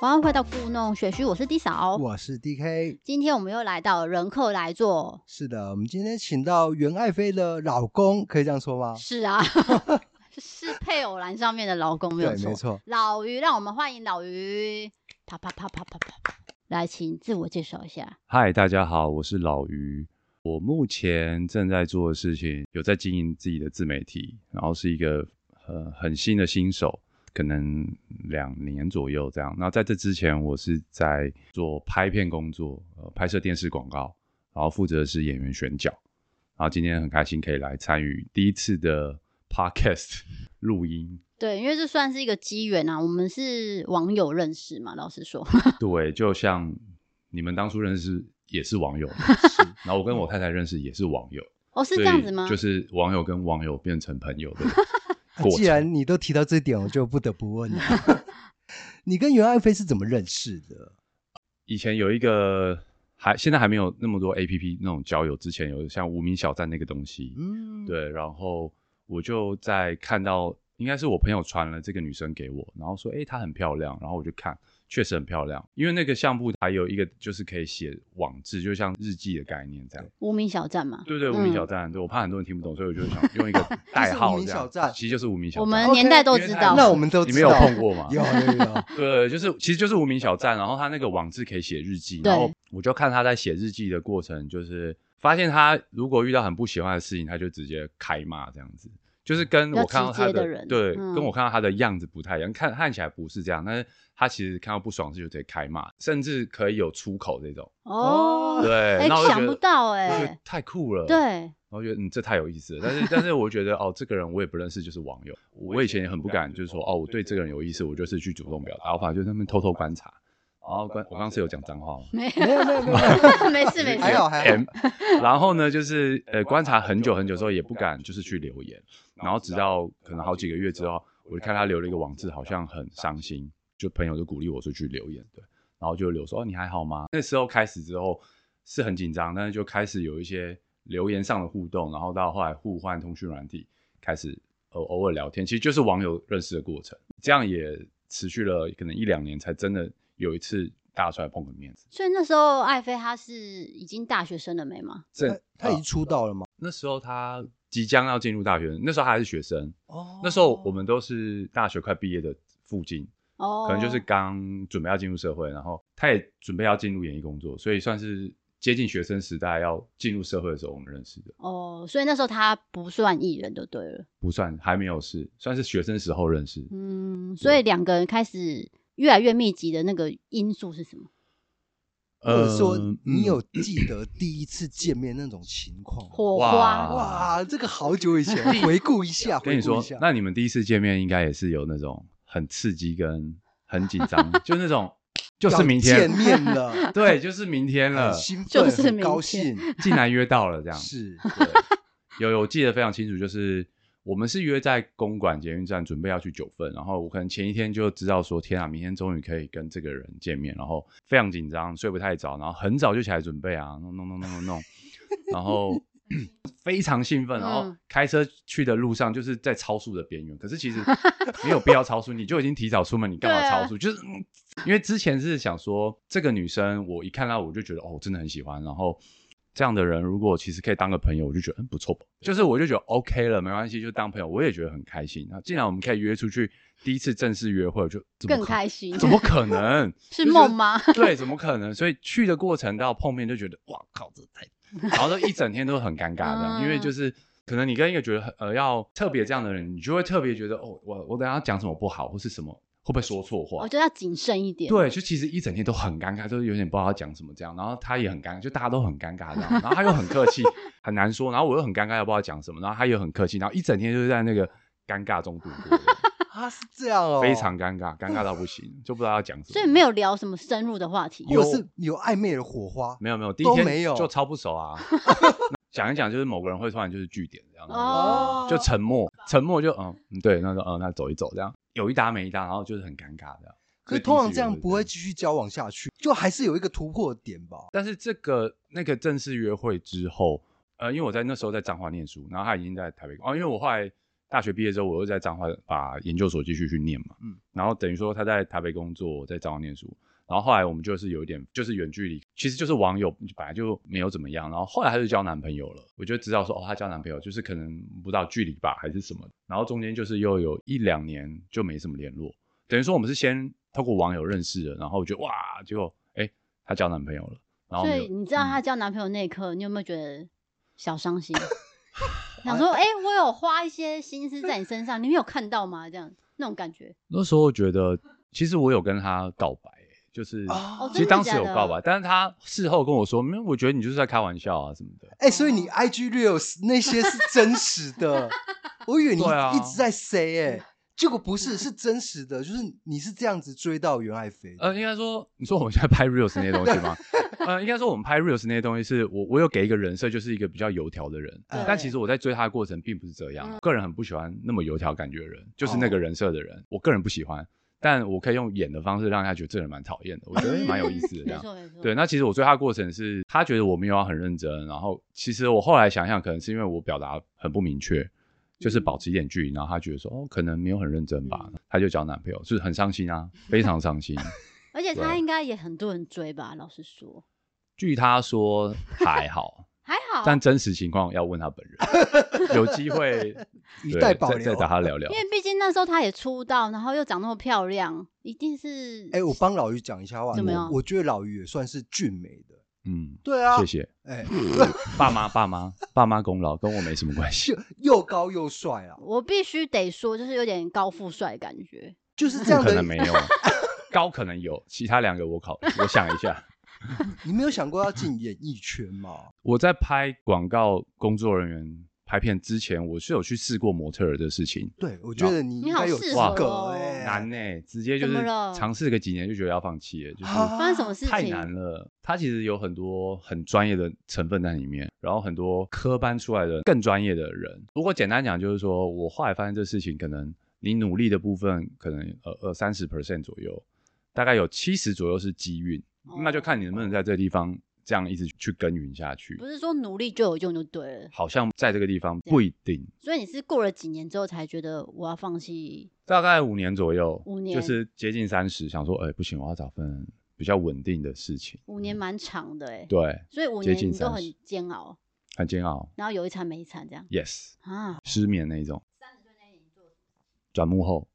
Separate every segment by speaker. Speaker 1: 欢迎回到故弄玄虚，我是 D 嫂。
Speaker 2: 我是 DK。
Speaker 1: 今天我们又来到人客来做，
Speaker 2: 是的，我们今天请到袁爱妃的老公，可以这样说吗？
Speaker 1: 是 啊，是配偶栏上面的老公没有
Speaker 2: 对，
Speaker 1: 错
Speaker 2: 没。错。
Speaker 1: 老于，让我们欢迎老于，啪啪啪啪啪啪啪，来，请自我介绍一下。
Speaker 3: 嗨，大家好，我是老于。我目前正在做的事情，有在经营自己的自媒体，然后是一个呃很新的新手，可能两年左右这样。那在这之前，我是在做拍片工作，呃，拍摄电视广告，然后负责是演员选角。然后今天很开心可以来参与第一次的 podcast 录音，
Speaker 1: 对，因为这算是一个机缘啊，我们是网友认识嘛，老实 说，
Speaker 3: 对，就像你们当初认识也是网友，然后我跟我太太认识也是网友。
Speaker 1: 哦，是这
Speaker 3: 所以
Speaker 1: 样子吗？
Speaker 3: 就是网友跟网友变成朋友的
Speaker 2: 啊
Speaker 3: 过
Speaker 2: 既
Speaker 3: 程。
Speaker 2: 然你都提到这点，我就不得 不问了，你跟袁爱妃是怎么认识的？
Speaker 3: 以前有一个还现在还没有那么多 A P P 那种交友，之前有像无名小站那个东西，
Speaker 2: 嗯，，
Speaker 3: 对，然后我就在看到应该是我朋友传了这个女生给我，然后说诶她很漂亮，然后我就看。确实很漂亮，因为那个项目还有一个就是可以写网志，就像日记的概念这样。
Speaker 1: 无名小站嘛，
Speaker 3: 对对，无名小站，对我怕很多人听不懂，所以我就想用 一个代
Speaker 2: 无
Speaker 3: 号
Speaker 2: 名
Speaker 3: 这
Speaker 2: 小
Speaker 3: 样。
Speaker 2: 站
Speaker 3: 其实就是无名小站。
Speaker 1: 我们
Speaker 2: OK，
Speaker 1: 年代都
Speaker 3: 因为
Speaker 1: 知
Speaker 3: 它
Speaker 1: 道。
Speaker 2: 那我们都
Speaker 3: 你
Speaker 2: 知
Speaker 3: 们有
Speaker 2: 道
Speaker 3: 碰过吗？
Speaker 2: 有 有有，
Speaker 3: 对，就是其实就是无名小站，然后他那个网志可以写日记，
Speaker 1: 对
Speaker 3: 然后我就看他在写日记的过程，就是发现他如果遇到很不喜欢的事情，他就直接开骂这样子，就是跟
Speaker 1: 比较
Speaker 3: 我看到
Speaker 1: 直接
Speaker 3: 他
Speaker 1: 的人
Speaker 3: 对，
Speaker 1: 嗯
Speaker 3: 跟我看到他的样子不太一样，看看起来不是这样，但是他其实看到不爽事就直接开骂，甚至可以有出口这种，
Speaker 1: 哦，哎
Speaker 3: 对，那我就觉
Speaker 1: 想
Speaker 3: 得
Speaker 1: 不到
Speaker 3: 我就觉
Speaker 1: 哎
Speaker 3: 得，太酷了，
Speaker 1: 对，
Speaker 3: 然后觉得嗯，这太有意思了。但是但是我觉得哦，这个人我也不认识，就是网友。我以前也很不敢，就是说哦，我对这个人有意思，我就是去主动表达，我反而就在那边偷偷观察。然后观，我刚刚是有讲脏 话吗？
Speaker 1: 没
Speaker 2: 没有没有没有，
Speaker 1: 有，没事没
Speaker 2: 还好
Speaker 1: 事，
Speaker 2: 还好
Speaker 3: M，，然后呢，就是呃，观察很久很久之后也不敢就是去留言，然后直到可能好几个月之后，我就看他留了一个网志，好像很伤心，就朋友就鼓励我说去留言，对，然后就留说哦你还好吗？那时候开始之后是很紧张，但是就开始有一些留言上的互动，然后到后来互换通讯软体，开始偶偶尔聊天，其实就是网友认识的过程，这样也持续了可能一两年，才真的有一次大家出来碰个面子。
Speaker 1: 所以那时候爱妃她是已经大学生了没吗？
Speaker 3: 这呃
Speaker 2: 他他已经出道了吗？
Speaker 3: 那时候他即将要进入大学，那时候他还是学生，
Speaker 2: 哦
Speaker 3: 那时候我们都是大学快毕业的附近，
Speaker 1: 哦，
Speaker 3: 可能就是刚准备要进入社会，然后他也准备要进入演艺工作，所以算是接近学生时代要进入社会的时候我们认识的，
Speaker 1: 哦，所以那时候她不算艺人就对了，
Speaker 3: 不算还没有是算是学生时候认识。
Speaker 1: 嗯，所以两个人开始越来越密集的那个因素是什么？
Speaker 2: 或者说
Speaker 3: 嗯
Speaker 2: 你有
Speaker 3: 嗯
Speaker 2: 记得第一次见面那种情况？
Speaker 1: 火
Speaker 3: 哇
Speaker 1: 花，
Speaker 2: 哇，这个好久 以前，回顾一下，
Speaker 3: 跟你
Speaker 2: 回顾一
Speaker 3: 说
Speaker 2: 下，，
Speaker 3: 那你们第一次见面应该也是有那种很刺激跟很紧张， 就那种就是明
Speaker 2: 要
Speaker 3: 天
Speaker 2: 见，面了，
Speaker 3: 对，就是明天了
Speaker 2: 很，兴奋，
Speaker 1: 就是
Speaker 2: 很
Speaker 1: 明
Speaker 2: 高
Speaker 1: 天
Speaker 2: 兴，
Speaker 3: 竟然约到了这 样。
Speaker 2: 是
Speaker 3: 对，有有记得非常清楚，就是我们是约在公馆捷运站，准备要去九份，然后我可能前一天就知道说，天啊，明天终于可以跟这个人见面，然后非常紧张，睡不太着，然后很早就起来准备啊，弄弄弄弄弄弄，然后 非常兴奋，然后
Speaker 1: 嗯
Speaker 3: 开车去的路上就是在超速的边缘，可是其实没有必要超速，你就已经提早出门，你干嘛
Speaker 1: 对啊
Speaker 3: 超速？就是、嗯因为之前是想说这个女生，我一看到我就觉得哦，真的很喜欢，然后。这样的人，如果其实可以当个朋友，我就觉得嗯不错，就是我就觉得 OK 了，没关系，就当朋友，我也觉得很开心。那既然我们可以约出去，第一次正式约会，我就怎么
Speaker 1: 更
Speaker 3: 可
Speaker 1: 开心，
Speaker 3: 怎么可能？
Speaker 1: 是
Speaker 3: 就是
Speaker 1: 梦吗？
Speaker 3: 对，怎么可能？所以去的过程到碰面就觉得，哇靠，这太……然后就一整天都很尴 尬这
Speaker 1: 啊
Speaker 3: 样，因为就是可能你跟一个觉得很呃要特别这样的人，你就会特别觉得哦，我我等一下讲什么不好，或是什么会不会说错话
Speaker 1: 我？觉得要谨慎一点，
Speaker 3: 对，就其实一整天都很尴尬，就是有点不知道要讲什么这样，然后他也很尴尬，就大家都很尴尬这样，然后他又 很客气，很难说，然后我又很尴尬，又不知道讲什么，然后他又很客气，然后一整天就是在那个尴尬中度 过的，
Speaker 2: 啊，是这样哦，
Speaker 3: 非常尴尬，尴尬到不行，就不知道要讲什么。
Speaker 1: 所以没有聊什么深入的话题。
Speaker 2: 或者是有暧昧的火花，
Speaker 3: 没有没有，第一
Speaker 2: 都
Speaker 3: 天
Speaker 2: 没有
Speaker 3: 就超不 熟啊。讲一讲，就是某个人会突然就是据点这样，
Speaker 1: 哦
Speaker 3: 就沉默，沉默就嗯嗯对，那就嗯那走一走这样，有一搭没一搭，然后就是很尴尬这样。
Speaker 2: 可是
Speaker 3: 所以第一
Speaker 2: 通常
Speaker 3: 次
Speaker 2: 这样
Speaker 3: 约会
Speaker 2: 不会继续交往下去，就还是有一个突破点吧。
Speaker 3: 但是这个那个正式约会之后，呃，因为我在那时候在彰化念书，然后他已经在台北哦，因为我后来大学毕业之后，我又在彰化把研究所继续去念嘛，
Speaker 2: 嗯
Speaker 3: 嗯，然后等于说他在台北工作，我在彰化念书，然后后来我们就是有一点就是远距离，其实就是网友本来就没有怎么样，然后后来她就交男朋友了，我就知道说哦，她交男朋友就是可能不到距离吧还是什么，然后中间就是又有一两年就没什么联络，等于说我们是先透过网友认识的，然后我觉得哇，结果哎她交男朋友了，然后
Speaker 1: 所
Speaker 3: 没有嗯
Speaker 1: 以你知道她交男朋友那一刻，你有没有觉得小伤 心？想说，哎、我有花一些心思在你身上，你没有看到吗？这样那种感觉，
Speaker 3: 那时候觉得其实我有跟她告白、欸就是。
Speaker 2: 啊
Speaker 1: 哦
Speaker 3: 其实
Speaker 1: 真的
Speaker 3: 当时有
Speaker 1: 假的
Speaker 3: 告白，但是她事后跟我说，没有，我觉得你就是在开玩笑啊什么的。
Speaker 2: 哎、所以你 IG reels 那些是真实 的，我以为你
Speaker 3: 对啊
Speaker 2: 一直在 say 哎、结果不是，是真实的，就是你是这样子追到袁爱飞的。
Speaker 3: 呃，应该说，你说我们现在拍 reels 那些 东西吗？呃，应该说我们拍 reels 那些东西是我我有给一个人设，就是一个比较油条的人，
Speaker 1: 对嗯
Speaker 3: 但其实我在追他的过程并不是这样。个人很不喜欢那么油条感觉的人，就是那
Speaker 2: 哦
Speaker 3: 个人设的人，我个人不喜欢。但我可以用演的方式让他觉得这人蛮讨厌的，我觉得蛮有意思的。这
Speaker 1: 没
Speaker 3: 样
Speaker 1: 错没
Speaker 2: 嗯
Speaker 1: 错，
Speaker 3: 对，那其实我追他的过程是，他觉得我没有要很认真，然后其实我后来想想，可能是因为我表达很不明确，就是
Speaker 2: 嗯
Speaker 3: 保持一点距离，然后他觉得说，哦，可能没有很认真吧，他就交男朋友，就是很伤心啊，非常 伤心。
Speaker 1: 而且她
Speaker 3: 对
Speaker 1: 应该也很多人追吧？老实说，
Speaker 3: 据他说还 好，
Speaker 1: 还
Speaker 2: 哦
Speaker 1: 好，
Speaker 3: 但真实情况要问他本人，有机会
Speaker 2: 一
Speaker 3: 对
Speaker 2: 代保
Speaker 3: 再
Speaker 2: 留
Speaker 3: 再找 他聊聊
Speaker 1: 因。为毕竟那时候她也出道，然后又长那么漂亮，一定是
Speaker 2: 哎、我帮老于讲一下话，
Speaker 1: 怎么样
Speaker 2: 我我觉得老于也算是俊美的。
Speaker 3: 嗯，
Speaker 2: 对啊，
Speaker 3: 谢。谢
Speaker 2: 哎、
Speaker 3: 爸妈，爸妈，爸妈功劳跟我没什么关系。
Speaker 2: 就又高又帅啊，
Speaker 1: 我必须得说，就是有点高富帅的感觉。
Speaker 2: 就是这
Speaker 3: 不
Speaker 2: 样
Speaker 3: 可
Speaker 2: 的
Speaker 3: 能。没有，高可能有，其他两个我考虑，我想一下。
Speaker 2: 你没有想过要进演艺圈吗？
Speaker 3: 我在拍广告工作人员拍片之前，我是有去试过模特儿的事情，
Speaker 2: 对，我觉得你
Speaker 1: 你
Speaker 2: 应
Speaker 1: 好
Speaker 2: 该有
Speaker 1: 适
Speaker 2: 资
Speaker 3: 合
Speaker 2: 格
Speaker 1: 哦
Speaker 2: 哎、
Speaker 3: 难呢、直接就
Speaker 1: 怎么
Speaker 3: 是
Speaker 1: 了
Speaker 3: 尝试个几年就觉得要放弃了，就是。
Speaker 2: 啊
Speaker 1: 发生什么事情？
Speaker 3: 太难了，它其实有很多很专业的成分在里面，然后很多科班出来的更专业的人。如果简单讲，就是说我后来发现这事情，可能你努力的部分，可能呃呃三十 percent 左右，大概有七十左右是机运，
Speaker 1: 哦
Speaker 3: 那就看你能不能在这个地方这样一直去耕耘下去
Speaker 1: 不。是说努力就有用就对了。
Speaker 3: 好像在这个地方不一定，
Speaker 1: 所以你是过了几年之后才觉得我要放弃？
Speaker 3: 大概五年左右，
Speaker 1: 五年
Speaker 3: 就是接近三十，想说，哎、不行，我要找份比较稳定的事情。
Speaker 1: 五年蛮长的哎、欸，
Speaker 3: 嗯对，
Speaker 1: 所以五
Speaker 3: 接
Speaker 1: 年
Speaker 3: 近
Speaker 1: 你都很
Speaker 3: 30
Speaker 1: 煎熬，
Speaker 3: 很煎熬
Speaker 1: 然后有一餐没一餐这样
Speaker 3: ，yes，
Speaker 1: 啊。
Speaker 3: 失眠那一种。转幕后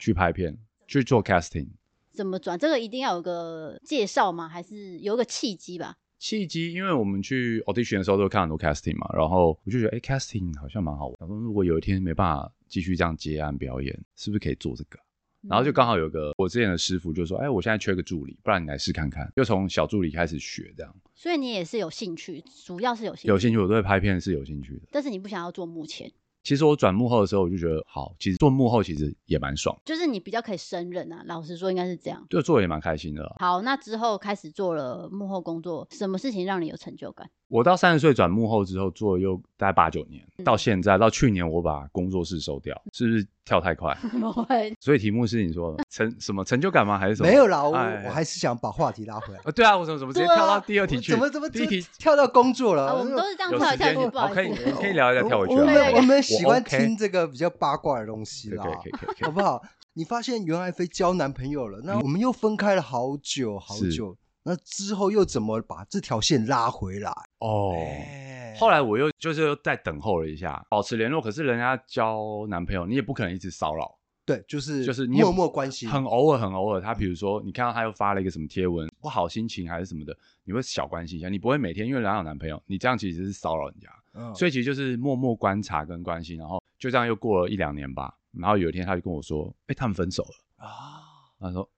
Speaker 3: 去拍片，去做 casting。
Speaker 1: 怎么转？这个一定要有个介绍吗？还是有个契机吧？
Speaker 3: 契机，因为我们去 audition 的时候都会看很多 casting 嘛，然后我就觉得，哎、c a s t i n g 好像蛮好玩。想说，如果有一天没办法继续这样接案表演，是不是可以做这个？
Speaker 1: 嗯
Speaker 3: 然后就刚好有个我之前的师傅就说，哎、我现在缺个助理，不然你来试看看。就从小助理开始学，这样
Speaker 1: 嗯，所以你也是有兴趣，主要是有兴趣，
Speaker 3: 有兴趣，我对拍片是有兴趣的。
Speaker 1: 但是你不想要做幕前，
Speaker 3: 其实我转幕后的时候，我就觉得，好，其实做幕后其实也蛮爽，
Speaker 1: 就是你比较可以胜任啊。老实说，应该是这样。
Speaker 3: 就做得也蛮开心的啦。
Speaker 1: 好，那之后开始做了幕后工作，什么事情让你有成就感？
Speaker 3: 我到三十岁转幕后之后，做了又大概八九年，到现在到去年我把工作室收掉，是不是跳太快？
Speaker 1: 不会，
Speaker 3: 所以题目是你说的成什么成就感吗？还是什么？
Speaker 2: 没有啦，我
Speaker 3: 哎
Speaker 2: 我还是想把话题拉回来。
Speaker 3: 呃对啊，我怎么怎么直接
Speaker 2: 对啊
Speaker 3: 跳到第二题去？
Speaker 2: 我怎么怎么
Speaker 3: 第一
Speaker 2: 怎么
Speaker 3: 题
Speaker 2: 跳到工作了？
Speaker 1: 啊，我们都是这样
Speaker 3: 有
Speaker 1: 跳来
Speaker 3: 时
Speaker 1: 跳
Speaker 3: 间哦
Speaker 1: 去，不好
Speaker 3: 好可以
Speaker 1: 意思。
Speaker 3: 可以聊一聊跳回去啊。
Speaker 2: 我
Speaker 1: 对对
Speaker 2: 们
Speaker 1: 对
Speaker 2: 我们喜欢
Speaker 3: OK
Speaker 2: 听这个比较八卦的东西
Speaker 3: 可以
Speaker 2: 啦
Speaker 3: 可，以可以可
Speaker 2: 好
Speaker 3: 以。
Speaker 2: 不好？你发现袁爱飞交男朋友了，那我们又分开了好久好
Speaker 3: 是
Speaker 2: 久，那之后又怎么把这条线拉回来？
Speaker 3: 哦，
Speaker 2: 哎
Speaker 3: 后来我又就是又再等候了一下，保持联络。可是人家交男朋友，你也不可能一直骚扰。
Speaker 2: 对，就是
Speaker 3: 就是你也
Speaker 2: 默默关心，
Speaker 3: 很偶尔，很偶尔。他比如说，你看到他又发了一个什么贴文，不好心情还是什么的，你会小关心一下，你不会每天因为人家有男朋友，你这样其实是骚扰人家。
Speaker 2: 嗯
Speaker 3: 所以其实就是默默观察跟关心，然后就这样又过了一两年吧。然后有一天他就跟我说：“哎、他们分手了。
Speaker 2: 啊，”
Speaker 3: 他说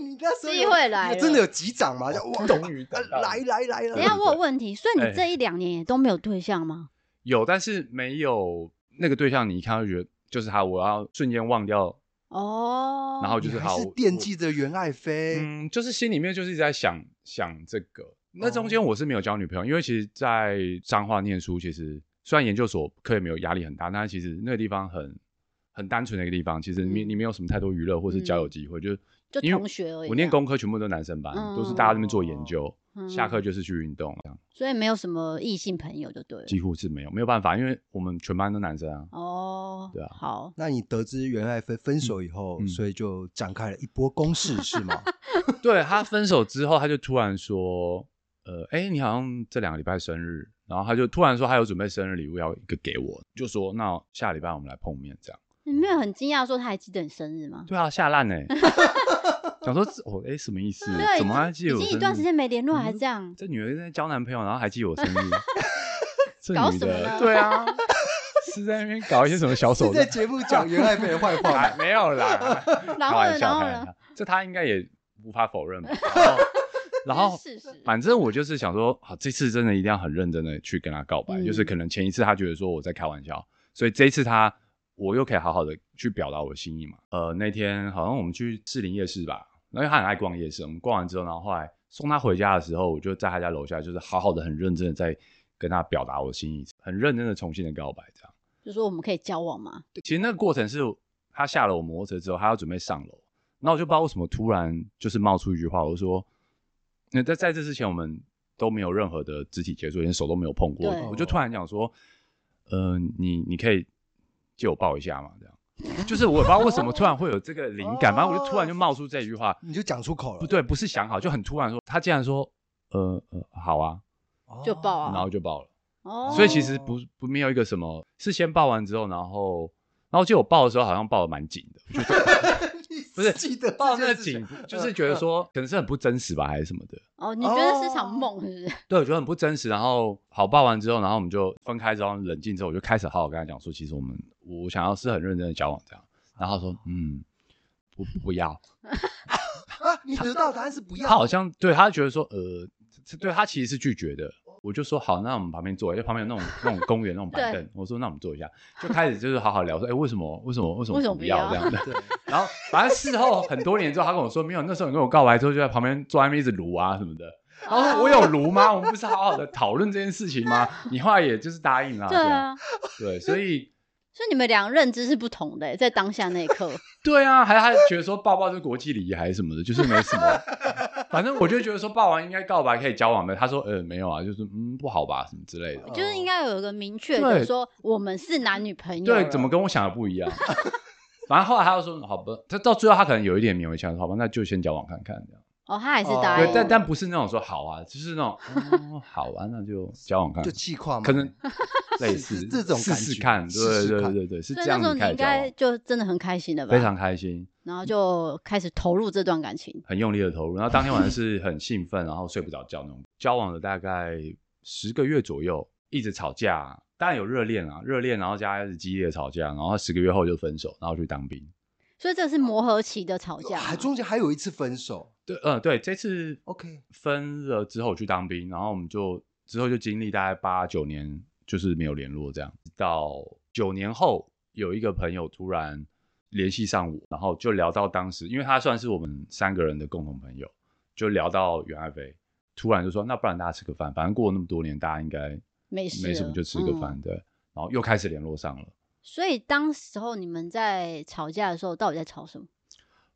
Speaker 2: 你那时候有
Speaker 1: 机会来了
Speaker 2: 有真的有几掌吗？就哇，
Speaker 3: 哦终于
Speaker 2: 啊
Speaker 3: 等到了
Speaker 2: 来来来
Speaker 1: 等
Speaker 2: 了，
Speaker 1: 一下我有问题，所以
Speaker 3: 哎
Speaker 1: 你这一两年也都没有对象吗？：“
Speaker 3: 有，但是没有那个对象，你一看就觉得就是他，我要瞬间忘掉。
Speaker 1: 哦，
Speaker 3: 然后
Speaker 2: 你
Speaker 3: 就是
Speaker 2: 还
Speaker 3: 好
Speaker 2: 是
Speaker 3: 我
Speaker 2: 惦记着袁爱飞，
Speaker 3: 嗯，就是心里面就是一直在想想这个。那中
Speaker 1: 哦
Speaker 3: 间我是没有交女朋友，因为其实，在彰化念书，其实虽然研究所课业没有压力很大，但是其实那个地方很很单纯的一个地方，其实你、
Speaker 1: 嗯
Speaker 3: 你没有什么太多娱乐或是交友机会，就是
Speaker 1: 就
Speaker 3: 因为
Speaker 1: 同学而已啊
Speaker 3: 我
Speaker 1: 这
Speaker 3: 念
Speaker 1: 样
Speaker 3: 工科全部都男生班，
Speaker 1: 嗯
Speaker 3: 都是大家在那边做研究，
Speaker 1: 嗯
Speaker 3: 下课就是去运动，这样
Speaker 1: 所以没有什么异性朋友就对了。
Speaker 3: 几乎是没有，没有办法，因为我们全班都男生啊，
Speaker 1: 哦，
Speaker 3: 对啊
Speaker 1: 好，
Speaker 2: 那你得知袁爱飞分手以后，
Speaker 3: 嗯嗯
Speaker 2: 所以就展开了一波攻势，是吗？
Speaker 3: 对他分手之后，他就突然说，呃，哎、你好像这两个礼拜生日，然后他就突然说他有准备生日礼物要一个给我，就说那下礼拜我们来碰面这样。
Speaker 1: 你没有很惊讶说他还记得你生日吗？
Speaker 3: 对啊，吓 烂哎，想说这我哎、什么意思？
Speaker 1: 对，
Speaker 3: 怎么还
Speaker 1: 已
Speaker 3: 记得
Speaker 1: 经
Speaker 3: 我
Speaker 1: 已经
Speaker 3: 生日？
Speaker 1: 一段时间没联络，还
Speaker 3: 嗯
Speaker 1: 这样，
Speaker 3: 这女的在交男朋友，然后还记得我生 日，这
Speaker 1: 搞
Speaker 3: 女
Speaker 1: 什么呢
Speaker 3: 的对啊，是在那边搞一些什 么小手
Speaker 2: 是在
Speaker 3: 段？
Speaker 2: 节目讲袁爱飞的坏 话
Speaker 3: 啊
Speaker 2: 吗？
Speaker 3: 没有啦，
Speaker 1: 然
Speaker 3: 开
Speaker 1: 后呢，
Speaker 3: 玩
Speaker 1: 然
Speaker 3: 笑，
Speaker 1: 后
Speaker 3: 开玩
Speaker 1: 呢，
Speaker 3: 笑，这他应该也无法否 认吧。然后，然后
Speaker 1: 这是事实
Speaker 3: 反正我就是想说，好，这次真的一定要很认真的去跟他告白，
Speaker 1: 嗯
Speaker 3: 就是可能前一次他觉得说我在开玩笑，所以这一次他我又可以好好的去表达我的心意嘛。呃，那天好像我们去士林夜市吧，因为他很爱逛夜市，我们逛完之后，然后后来送他回家的时候，我就在他家楼下，就是好好的、很认真的在跟他表达我的心意，很认真的重新的告白这样。
Speaker 1: 就说我们可以交往吗？
Speaker 3: 对其实那个过程是他下了我摩托车之后，他要准备上楼，那我就不知道为什么突然就是冒出一句话，我就说，那在在这之前我们都没有任何的肢体接触，连手都没有碰过
Speaker 1: 对，
Speaker 3: 我就突然讲说，呃，你你可以借我抱一下嘛，这样，就是我也不知道为什么突然会有这个灵感，反正我就突然就冒出这句话，
Speaker 2: 你就讲出口了，
Speaker 3: 不对，不是想好，就很突然说，他竟然说，呃呃，好啊，
Speaker 2: 哦，
Speaker 1: 就爆啊
Speaker 3: 然后就抱了。
Speaker 1: 哦，
Speaker 3: 所以其实不不没有一个什么，是先抱完之后，然后然后就我抱的时候好像抱的蛮紧的，我觉得不是
Speaker 2: 记得
Speaker 3: 抱那
Speaker 2: 这
Speaker 3: 个
Speaker 2: 件事
Speaker 3: 紧
Speaker 2: 情
Speaker 3: 就是觉得说可能是很不真实吧，还是什么的。
Speaker 1: 哦，你觉得是场梦是不是？
Speaker 3: 对，我觉得很不真实。然后好抱完之后，然后我们就分开之后冷静之后，我就开始好好跟他讲说，其实我们我想要是很认真的交往这样。然后他说嗯，不不要，
Speaker 2: 啊，你得到答案是不
Speaker 3: 他
Speaker 2: 要，
Speaker 3: 好像对他觉得说呃，这对他其实是拒绝的。我就说好，那我们旁边坐，因为旁边有那种 那种公园那种板
Speaker 1: 对
Speaker 3: 凳，我说那我们坐一下，就开始就是好好聊说，哎、为什么为什么为什么
Speaker 1: 为什么
Speaker 3: 不
Speaker 1: 不
Speaker 3: 要
Speaker 1: 要
Speaker 3: 这样的？
Speaker 2: 对，
Speaker 3: 然后反正事后很多年之后，他跟我说没有，那时候你跟我告白之后就在旁边坐在那边一直撸啊什么的。然后说我有撸吗？我们不是好好的讨论这件事情吗？你后来也就是答应啦、
Speaker 1: 对
Speaker 3: 这样
Speaker 1: 啊，
Speaker 3: 对，所以
Speaker 1: 所以你们俩认知是不同的，欸在当下那一 刻，
Speaker 3: 对啊，还还觉得说抱抱是国际礼仪还是什么的，就是没什么。反正我就觉得说抱完应该告白可以交往的。他说呃没有啊，就是嗯不好吧什么之类
Speaker 2: 哦
Speaker 3: 的。
Speaker 1: 就是应该有一个明确
Speaker 3: 对
Speaker 1: 的说我们是男女朋友了。
Speaker 3: 对，怎么跟我想的不一样？ 反正后来他又说好吧，他到最后他可能有一点勉为其难，好吧，那就先交往看看这样。
Speaker 1: 哦，他还是答
Speaker 2: 哎
Speaker 3: 对
Speaker 1: 应，，
Speaker 3: 但但不是那种说好啊，就是那种、哦、好啊，那就交往看
Speaker 2: 哦就
Speaker 3: 看，
Speaker 2: 气化嘛，
Speaker 3: 可能类
Speaker 2: 是
Speaker 3: 似
Speaker 2: 这种感
Speaker 3: 试试
Speaker 2: 觉
Speaker 3: 看，
Speaker 2: 试
Speaker 3: 对
Speaker 2: 试
Speaker 3: 对
Speaker 2: 看
Speaker 3: 对对，是
Speaker 1: 所
Speaker 3: 这
Speaker 1: 以那
Speaker 3: 样
Speaker 1: 时候
Speaker 3: 子
Speaker 1: 你
Speaker 3: 开始
Speaker 1: 应
Speaker 3: 交往
Speaker 1: 该，就真的很开心了吧？
Speaker 3: 非常开心，
Speaker 1: 然后就开始投入这段感情。
Speaker 3: 很用力的投入。然后当天晚上是很兴奋，然后睡不着觉那种。交往了大概十个月左右，一直吵架，当然有热恋啊，热恋，然后加一直激烈的吵架，然后十个月后就分手，然后去当兵。
Speaker 1: 所以这是磨合期的吵架吗，
Speaker 2: 还中间还有一次分手
Speaker 3: 对，嗯、对，这次
Speaker 2: ，OK，
Speaker 3: 分了之后我去当兵，然后我们就之后就经历大概八九年，就是没有联络这样。到九年后，有一个朋友突然联系上我，然后就聊到当时，因为他算是我们三个人的共同朋友，就聊到袁爱飞，突然就说那不然大家吃个饭，反正过了那么多年，大家应该
Speaker 1: 没事了，
Speaker 3: 没什么，就吃个饭、
Speaker 1: 嗯
Speaker 3: 对。然后又开始联络上了，
Speaker 1: 所以当时候你们在吵架的时候，到底在吵什么？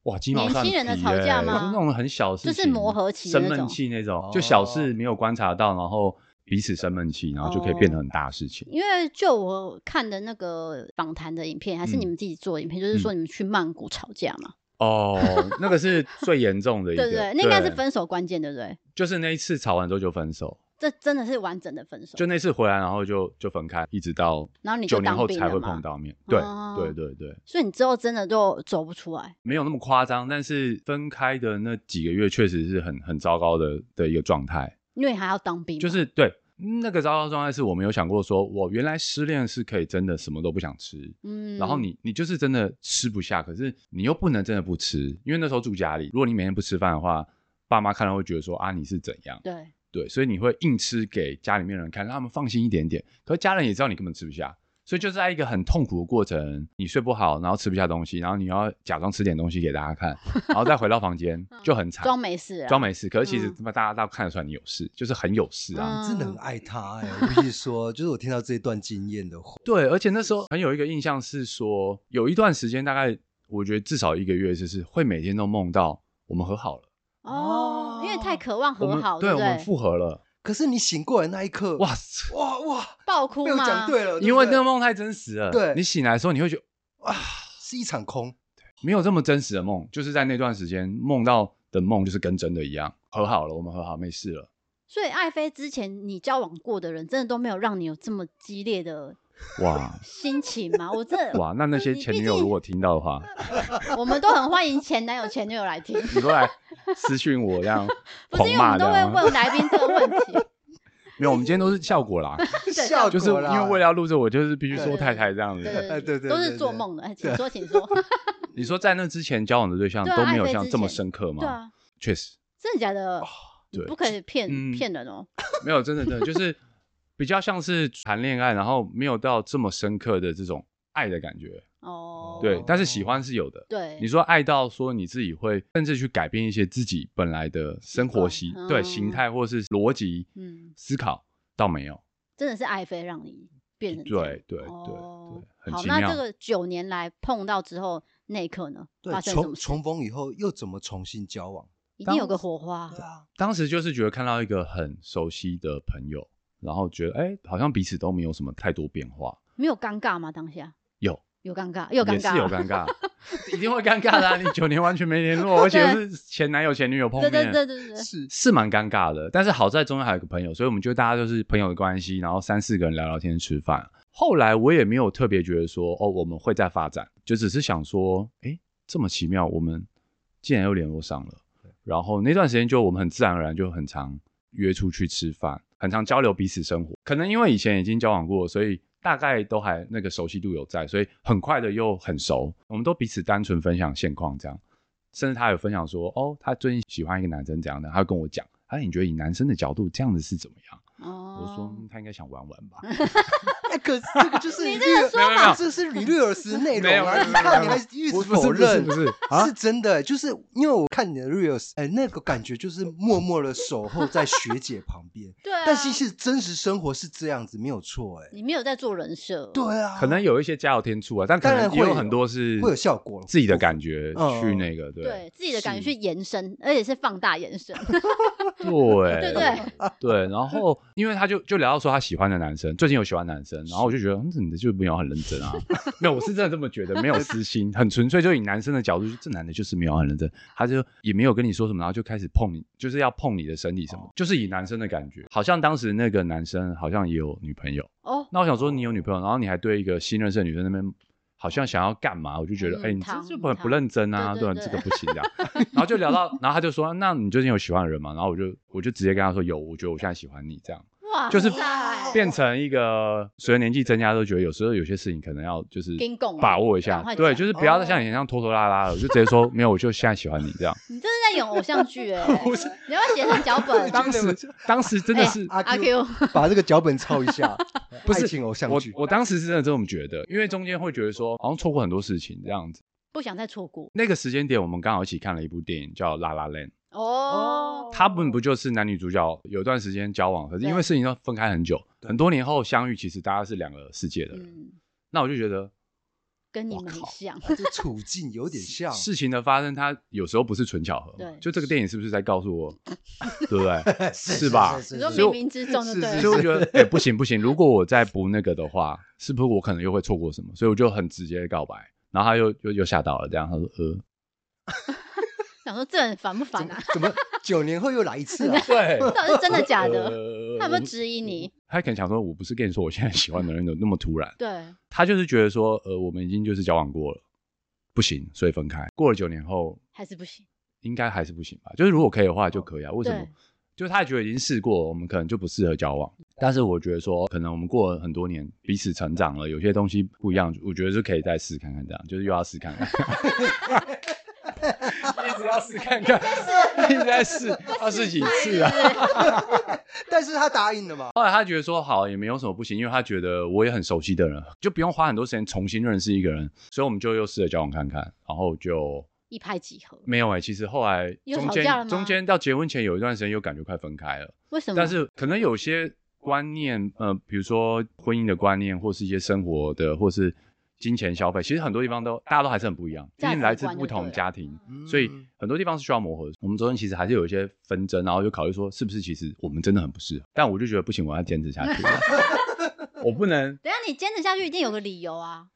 Speaker 3: 哇，鸡毛
Speaker 1: 年
Speaker 3: 蒜
Speaker 1: 轻
Speaker 3: 皮
Speaker 1: 人的
Speaker 3: 耶
Speaker 1: 吵架吗
Speaker 3: 就是那种很小的事
Speaker 1: 就是
Speaker 3: 情，
Speaker 1: 磨合期的
Speaker 3: 生
Speaker 1: 那
Speaker 3: 闷
Speaker 1: 种
Speaker 3: 气那种
Speaker 2: 哦，
Speaker 3: 就小事没有观察到，然后彼此生闷气，然后就可以变得很大的事情。
Speaker 1: 因为就我看的那个访谈的影片，还是
Speaker 3: 嗯
Speaker 1: 你们自己做的影片，就是说你们去曼谷吵架嘛，
Speaker 3: 哦，那个是最严重的一 个，
Speaker 1: 对不对？那应该是，分手关键，对不对？
Speaker 3: 就是那一次吵完之后就分手，
Speaker 1: 这真的是完整的分手，
Speaker 3: 就那次回来，然后就就分开，一直到
Speaker 1: 然后你就
Speaker 3: 九年
Speaker 1: 当
Speaker 3: 后
Speaker 1: 兵
Speaker 3: 才
Speaker 1: 了
Speaker 3: 会
Speaker 1: 嘛
Speaker 3: 碰，到面。对
Speaker 1: 哦
Speaker 3: 对对对，
Speaker 1: 所以你之后真的就走不出来。
Speaker 3: 没有那么夸张，但是分开的那几个月确实是很很糟糕的的一个状态。
Speaker 1: 因为你还要当兵嘛，
Speaker 3: 就是对嗯那个糟糕状态，是我没有想过说，我原来失恋是可以真的什么都不想吃，
Speaker 1: 嗯，
Speaker 3: 然后你你就是真的吃不下，可是你又不能真的不吃，因为那时候住家里，如果你每天不吃饭的话，爸妈看到会觉得说啊你是怎样，
Speaker 1: 对，
Speaker 3: 对，所以你会硬吃给家里面人看，让他们放心一点点。可是家人也知道你根本吃不下，所以就是在一个很痛苦的过程，你睡不好，然后吃不下东西，然后你要假装吃点东西给大家看，然后再回到房 间就很惨，
Speaker 1: 嗯装没事啊，
Speaker 3: 装没事，可是其实
Speaker 1: 嗯
Speaker 3: 他妈大家都看得出来你有事，就是很有事啊。
Speaker 1: 嗯
Speaker 2: 真的很爱他哎，我必须说，就是我听到这一段经验的话，
Speaker 3: 对，而且那时候很有一个印象是说，有一段时间大概我觉得至少一个月，就是会每天都梦到我们和好了，
Speaker 1: 哦，因为太渴望
Speaker 3: 我
Speaker 1: 和
Speaker 3: 们
Speaker 1: 好，
Speaker 3: 对，
Speaker 1: 不
Speaker 3: 我们
Speaker 1: 对？
Speaker 3: 复合了，
Speaker 2: 可是你醒过来那一刻，
Speaker 3: 哇
Speaker 2: 哇
Speaker 3: 塞，
Speaker 2: 哇哇，
Speaker 1: 爆哭
Speaker 2: 被我
Speaker 1: 吗？
Speaker 2: 讲 对了，
Speaker 3: 因为那
Speaker 2: 对不对
Speaker 3: 个梦太真实了，
Speaker 2: 对
Speaker 3: 你醒来的时候你会觉得
Speaker 2: 啊是一 场空，
Speaker 3: 没有这么真实的梦，就是在那段时间梦到的梦就是跟真的一样，和好了，我们和好没事了，
Speaker 1: 所以爱妃之前你交往过的人，真的都没有让你有这么激烈的
Speaker 3: 哇
Speaker 1: 心情吗？我这
Speaker 3: 哇，那那些前女友如果听到的话，
Speaker 1: 我们都很欢迎前男友、前女友来听，
Speaker 3: 你过来私讯我这样
Speaker 1: 不是
Speaker 3: 狂
Speaker 1: 因为我
Speaker 3: 骂
Speaker 1: 们
Speaker 3: 这
Speaker 1: 都会
Speaker 3: 样吗，
Speaker 1: 问来宾这个问 题，
Speaker 3: 没有，我们今天都是效果啦，
Speaker 2: 效
Speaker 3: 就是
Speaker 2: 果啦
Speaker 3: 因为为了要录这，我就是必须
Speaker 2: 对
Speaker 3: 说
Speaker 1: 对
Speaker 3: 太太这样子。
Speaker 1: 对对
Speaker 2: 哎对对
Speaker 1: 都是
Speaker 2: 对
Speaker 1: 做
Speaker 2: 对
Speaker 1: 梦 的。哎，请说，请说。
Speaker 3: 你说在那之前交往的对象
Speaker 1: 对啊
Speaker 3: 都没有
Speaker 1: 暧昧
Speaker 3: 像
Speaker 1: 之
Speaker 3: 这么
Speaker 1: 前
Speaker 3: 深刻吗？
Speaker 1: 对啊，
Speaker 3: 确实
Speaker 1: 真的假的？你
Speaker 3: 哦对
Speaker 1: 不可以骗
Speaker 3: 嗯
Speaker 1: 骗人哦。
Speaker 3: 没有，真的真的就是比较像是谈恋爱，然后没有到这么深刻的这种爱的感觉。
Speaker 1: 哦，
Speaker 3: 对，但是喜欢是有的。
Speaker 1: 对，
Speaker 3: 你说爱到说你自己会甚至去改变一些自己本来的生活
Speaker 1: 习
Speaker 3: 习
Speaker 1: 惯
Speaker 3: 对
Speaker 1: 嗯
Speaker 3: 形态或是逻辑
Speaker 1: 嗯
Speaker 3: 思考倒没有，
Speaker 1: 真的是爱妃让你变成这样
Speaker 3: 对对对
Speaker 1: 哦
Speaker 3: 对很
Speaker 1: 好，
Speaker 3: 奇
Speaker 1: 那
Speaker 3: 妙
Speaker 1: 这个九年来碰到之后那一刻呢，
Speaker 2: 对
Speaker 1: 发生什
Speaker 2: 重
Speaker 1: 么事？
Speaker 2: 重逢以后又怎么重新交往？
Speaker 1: 一定有个火花
Speaker 2: 对。啊，
Speaker 3: 当时就是觉得看到一个很熟悉的朋友，然后觉得哎、好像彼此都没有什么太多变化，
Speaker 1: 没有尴尬吗？当下
Speaker 3: 有
Speaker 1: 有尴尬，有尴
Speaker 3: 也
Speaker 1: 尬，
Speaker 3: 是有尴尬， 一定会尴尬的、啊。你九年完全没联 络，而且又是前男友前女友碰
Speaker 1: 对
Speaker 3: 面，
Speaker 1: 对对对对，
Speaker 2: 是
Speaker 3: 是蛮尴尬的。但是好在中间还有个朋友，所以我们就大家就是朋友的关系，然后三四个人聊聊天、吃饭。后来我也没有特别觉得说哦，我们会再发展，就只是想说，哎，这么奇妙，我们竟然又联络上了。然后那段时间就我们很自然而然就很常约出去吃饭，很常交流彼此生活。可能因为以前已经交往过，所以大概都还那个熟悉度有在，所以很快的又很熟。我们都彼此单纯分享现况这样，甚至他有分享说，哦，他最近喜欢一个男生怎样的，他会跟我讲，哎，你觉得以男生的角度这样子是怎么样？
Speaker 1: 哦，
Speaker 3: 我说、嗯他应该想玩玩吧，
Speaker 2: 哎，可是这个就是你
Speaker 1: 这个说
Speaker 3: 法没有没有
Speaker 2: 这是捋略而思内
Speaker 3: 没
Speaker 2: 容
Speaker 3: 有没
Speaker 2: 啊！
Speaker 3: 有
Speaker 2: 你
Speaker 3: 没有
Speaker 2: 看
Speaker 3: 没
Speaker 2: 你
Speaker 3: 有
Speaker 2: 还一
Speaker 3: 不
Speaker 2: 直
Speaker 3: 是不是
Speaker 2: 否认，
Speaker 3: 不是不是啊
Speaker 2: 是真的，就是因为我看你的 reels，哎，那个感觉就是默默的守候在学姐旁边，
Speaker 1: 对啊，
Speaker 2: 但是是真实生活是这样子，没有错，哎，
Speaker 1: 你没有在做人设，
Speaker 2: 对啊，
Speaker 3: 可能有一些加有天助啊，但可
Speaker 2: 当然
Speaker 3: 能
Speaker 2: 会
Speaker 3: 也有
Speaker 2: 有
Speaker 3: 很多是
Speaker 2: 会有效果
Speaker 3: 自己的感觉
Speaker 2: 嗯
Speaker 3: 去那个，对
Speaker 1: 对自己的感觉
Speaker 2: 是
Speaker 1: 去延伸，而且是放大延伸，
Speaker 3: 对
Speaker 1: 对对
Speaker 3: 对，然后因为他就就聊到说他喜欢的男生，最近有喜欢的男生，然后我就觉得，嗯，这你的就没有很认真啊， 没有，我是真的这么觉得，没有私心，很纯粹，就以男生的角度，这男的就是没有很认真，他就也没有跟你说什么，然后就开始碰你，就是要碰你的身体什么，就是以男生的感觉，好像当时那个男生好像也有女朋友，
Speaker 1: 哦，
Speaker 3: 那我想说你有女朋友，然后你还对一个新认识的女生那边。好像想要干嘛，我就觉得，
Speaker 1: 嗯
Speaker 3: 哎、你这
Speaker 1: 躺
Speaker 3: 这不很
Speaker 1: 躺
Speaker 3: 不认真啊，
Speaker 1: 对对
Speaker 3: 这
Speaker 1: 对
Speaker 3: 个不行 这样。然后就聊到，然后他就说，那你最近有喜欢的人吗？然后我就我就直接跟他说，有，我觉得我现在喜欢你这样。
Speaker 1: 哇，
Speaker 3: 就是
Speaker 1: 哇
Speaker 3: 变成一个随着年纪增加，都觉得有时候有些事情可能要就是
Speaker 1: 跟共啊
Speaker 3: 把握一
Speaker 1: 赶
Speaker 3: 下
Speaker 1: 快，
Speaker 3: 对，
Speaker 1: 讲哦
Speaker 3: 就是不要再像以前那样拖拖拉拉了，就直接说没有，我就现在喜欢你这样。
Speaker 1: 你这是在演偶像 剧哎，
Speaker 3: 不是
Speaker 1: 你要不要写成 脚本？
Speaker 3: 当时啊当时
Speaker 1: 哎
Speaker 3: 真的是
Speaker 2: 阿
Speaker 1: 阿
Speaker 2: Q
Speaker 1: Q
Speaker 2: 把这个脚本抄一下，
Speaker 3: 不是
Speaker 2: 爱情偶像
Speaker 3: 我
Speaker 2: 剧，
Speaker 3: 我当时真的这么觉得，因为中间会觉得说好像错过很多事情这样子。
Speaker 1: 不想再错过
Speaker 3: 那个时间点，我们刚好一起看了一部电影叫《La La Land》，
Speaker 1: 哦，
Speaker 3: 他们不就是男女主角有一段时间交往，可是因为
Speaker 1: 对
Speaker 3: 事情都分开很久，
Speaker 2: 对
Speaker 3: 很多年后相遇，其实大家是两个世界的人。
Speaker 1: 嗯，
Speaker 3: 那我就觉得
Speaker 1: 跟你
Speaker 3: 我
Speaker 1: 们很
Speaker 3: 靠
Speaker 1: 像，
Speaker 2: 这处境有点像，
Speaker 3: 事情的发生，它有时候不是纯巧合嘛。
Speaker 1: 对
Speaker 3: 就这个电影是不是在告 诉我，对不对？
Speaker 2: 哎是
Speaker 3: 是吧
Speaker 1: 你说
Speaker 3: 所以
Speaker 1: 冥
Speaker 3: 我
Speaker 1: 冥之中就是哦对
Speaker 2: 是
Speaker 3: 所以
Speaker 1: 了，
Speaker 3: 我觉得，哎、不行不行，如果我再不那个的话，是不是我可能又会错过什么？所以我就很直接地告白，然后他又又又吓到了，这样他说呃，
Speaker 1: 想说这人烦不烦
Speaker 2: 怎么
Speaker 1: 啊？
Speaker 2: 怎么九年后又来一次啊？
Speaker 3: 对，
Speaker 1: 到底是真的假的？
Speaker 3: 呃
Speaker 1: 他有没有
Speaker 3: 我
Speaker 1: 质疑你？
Speaker 3: 他可能想说，我不是跟你说我现在喜欢的人怎么那么突然？
Speaker 1: 对，
Speaker 3: 他就是觉得说，呃，我们已经就是交往过了，不行，所以分开。过了九年后，
Speaker 1: 还是不行。
Speaker 3: 应该还是不行吧？就是如果可以的话就可以啊。为什么
Speaker 1: 对？
Speaker 3: 就是他觉得已经试过了，我们可能就不适合交往。但是我觉得说，可能我们过了很多年，彼此成长了，有些东西不一样，我觉得是可以再试看看，这样就是又要试看 看，一直要试看看，一直在试，要试几次啊？
Speaker 2: 但是他答应了嘛？
Speaker 3: 后来他觉得说好也没有什么不行，因为他觉得我也很熟悉的人，就不用花很多时间重新认识一个人，所以我们就又试着交往看看，然后就
Speaker 1: 一拍即合，
Speaker 3: 没有哎、其实后来
Speaker 1: 又
Speaker 3: 中
Speaker 1: 吵架了
Speaker 3: 间
Speaker 1: 吗嗯
Speaker 3: 中间到结婚前有一段时间又感觉快分开了，
Speaker 1: 为什么？
Speaker 3: 但是可能有些观念，呃，比如说婚姻的观念，或是一些生活的，或是金钱消费，其实很多地方都大家都还是很不一样，毕
Speaker 1: 价值
Speaker 3: 竟来自
Speaker 1: 观就
Speaker 3: 不
Speaker 1: 对
Speaker 3: 同
Speaker 1: 了
Speaker 3: 家庭，
Speaker 2: 嗯
Speaker 3: 所以很多地方是需要磨合的。我们中间其实还是有一些纷争，然后就考虑说是不是其实我们真的很不适合。但我就觉得不行，我要坚持下去， 我不能。
Speaker 1: 等一下你坚持下去，一定有个理由啊，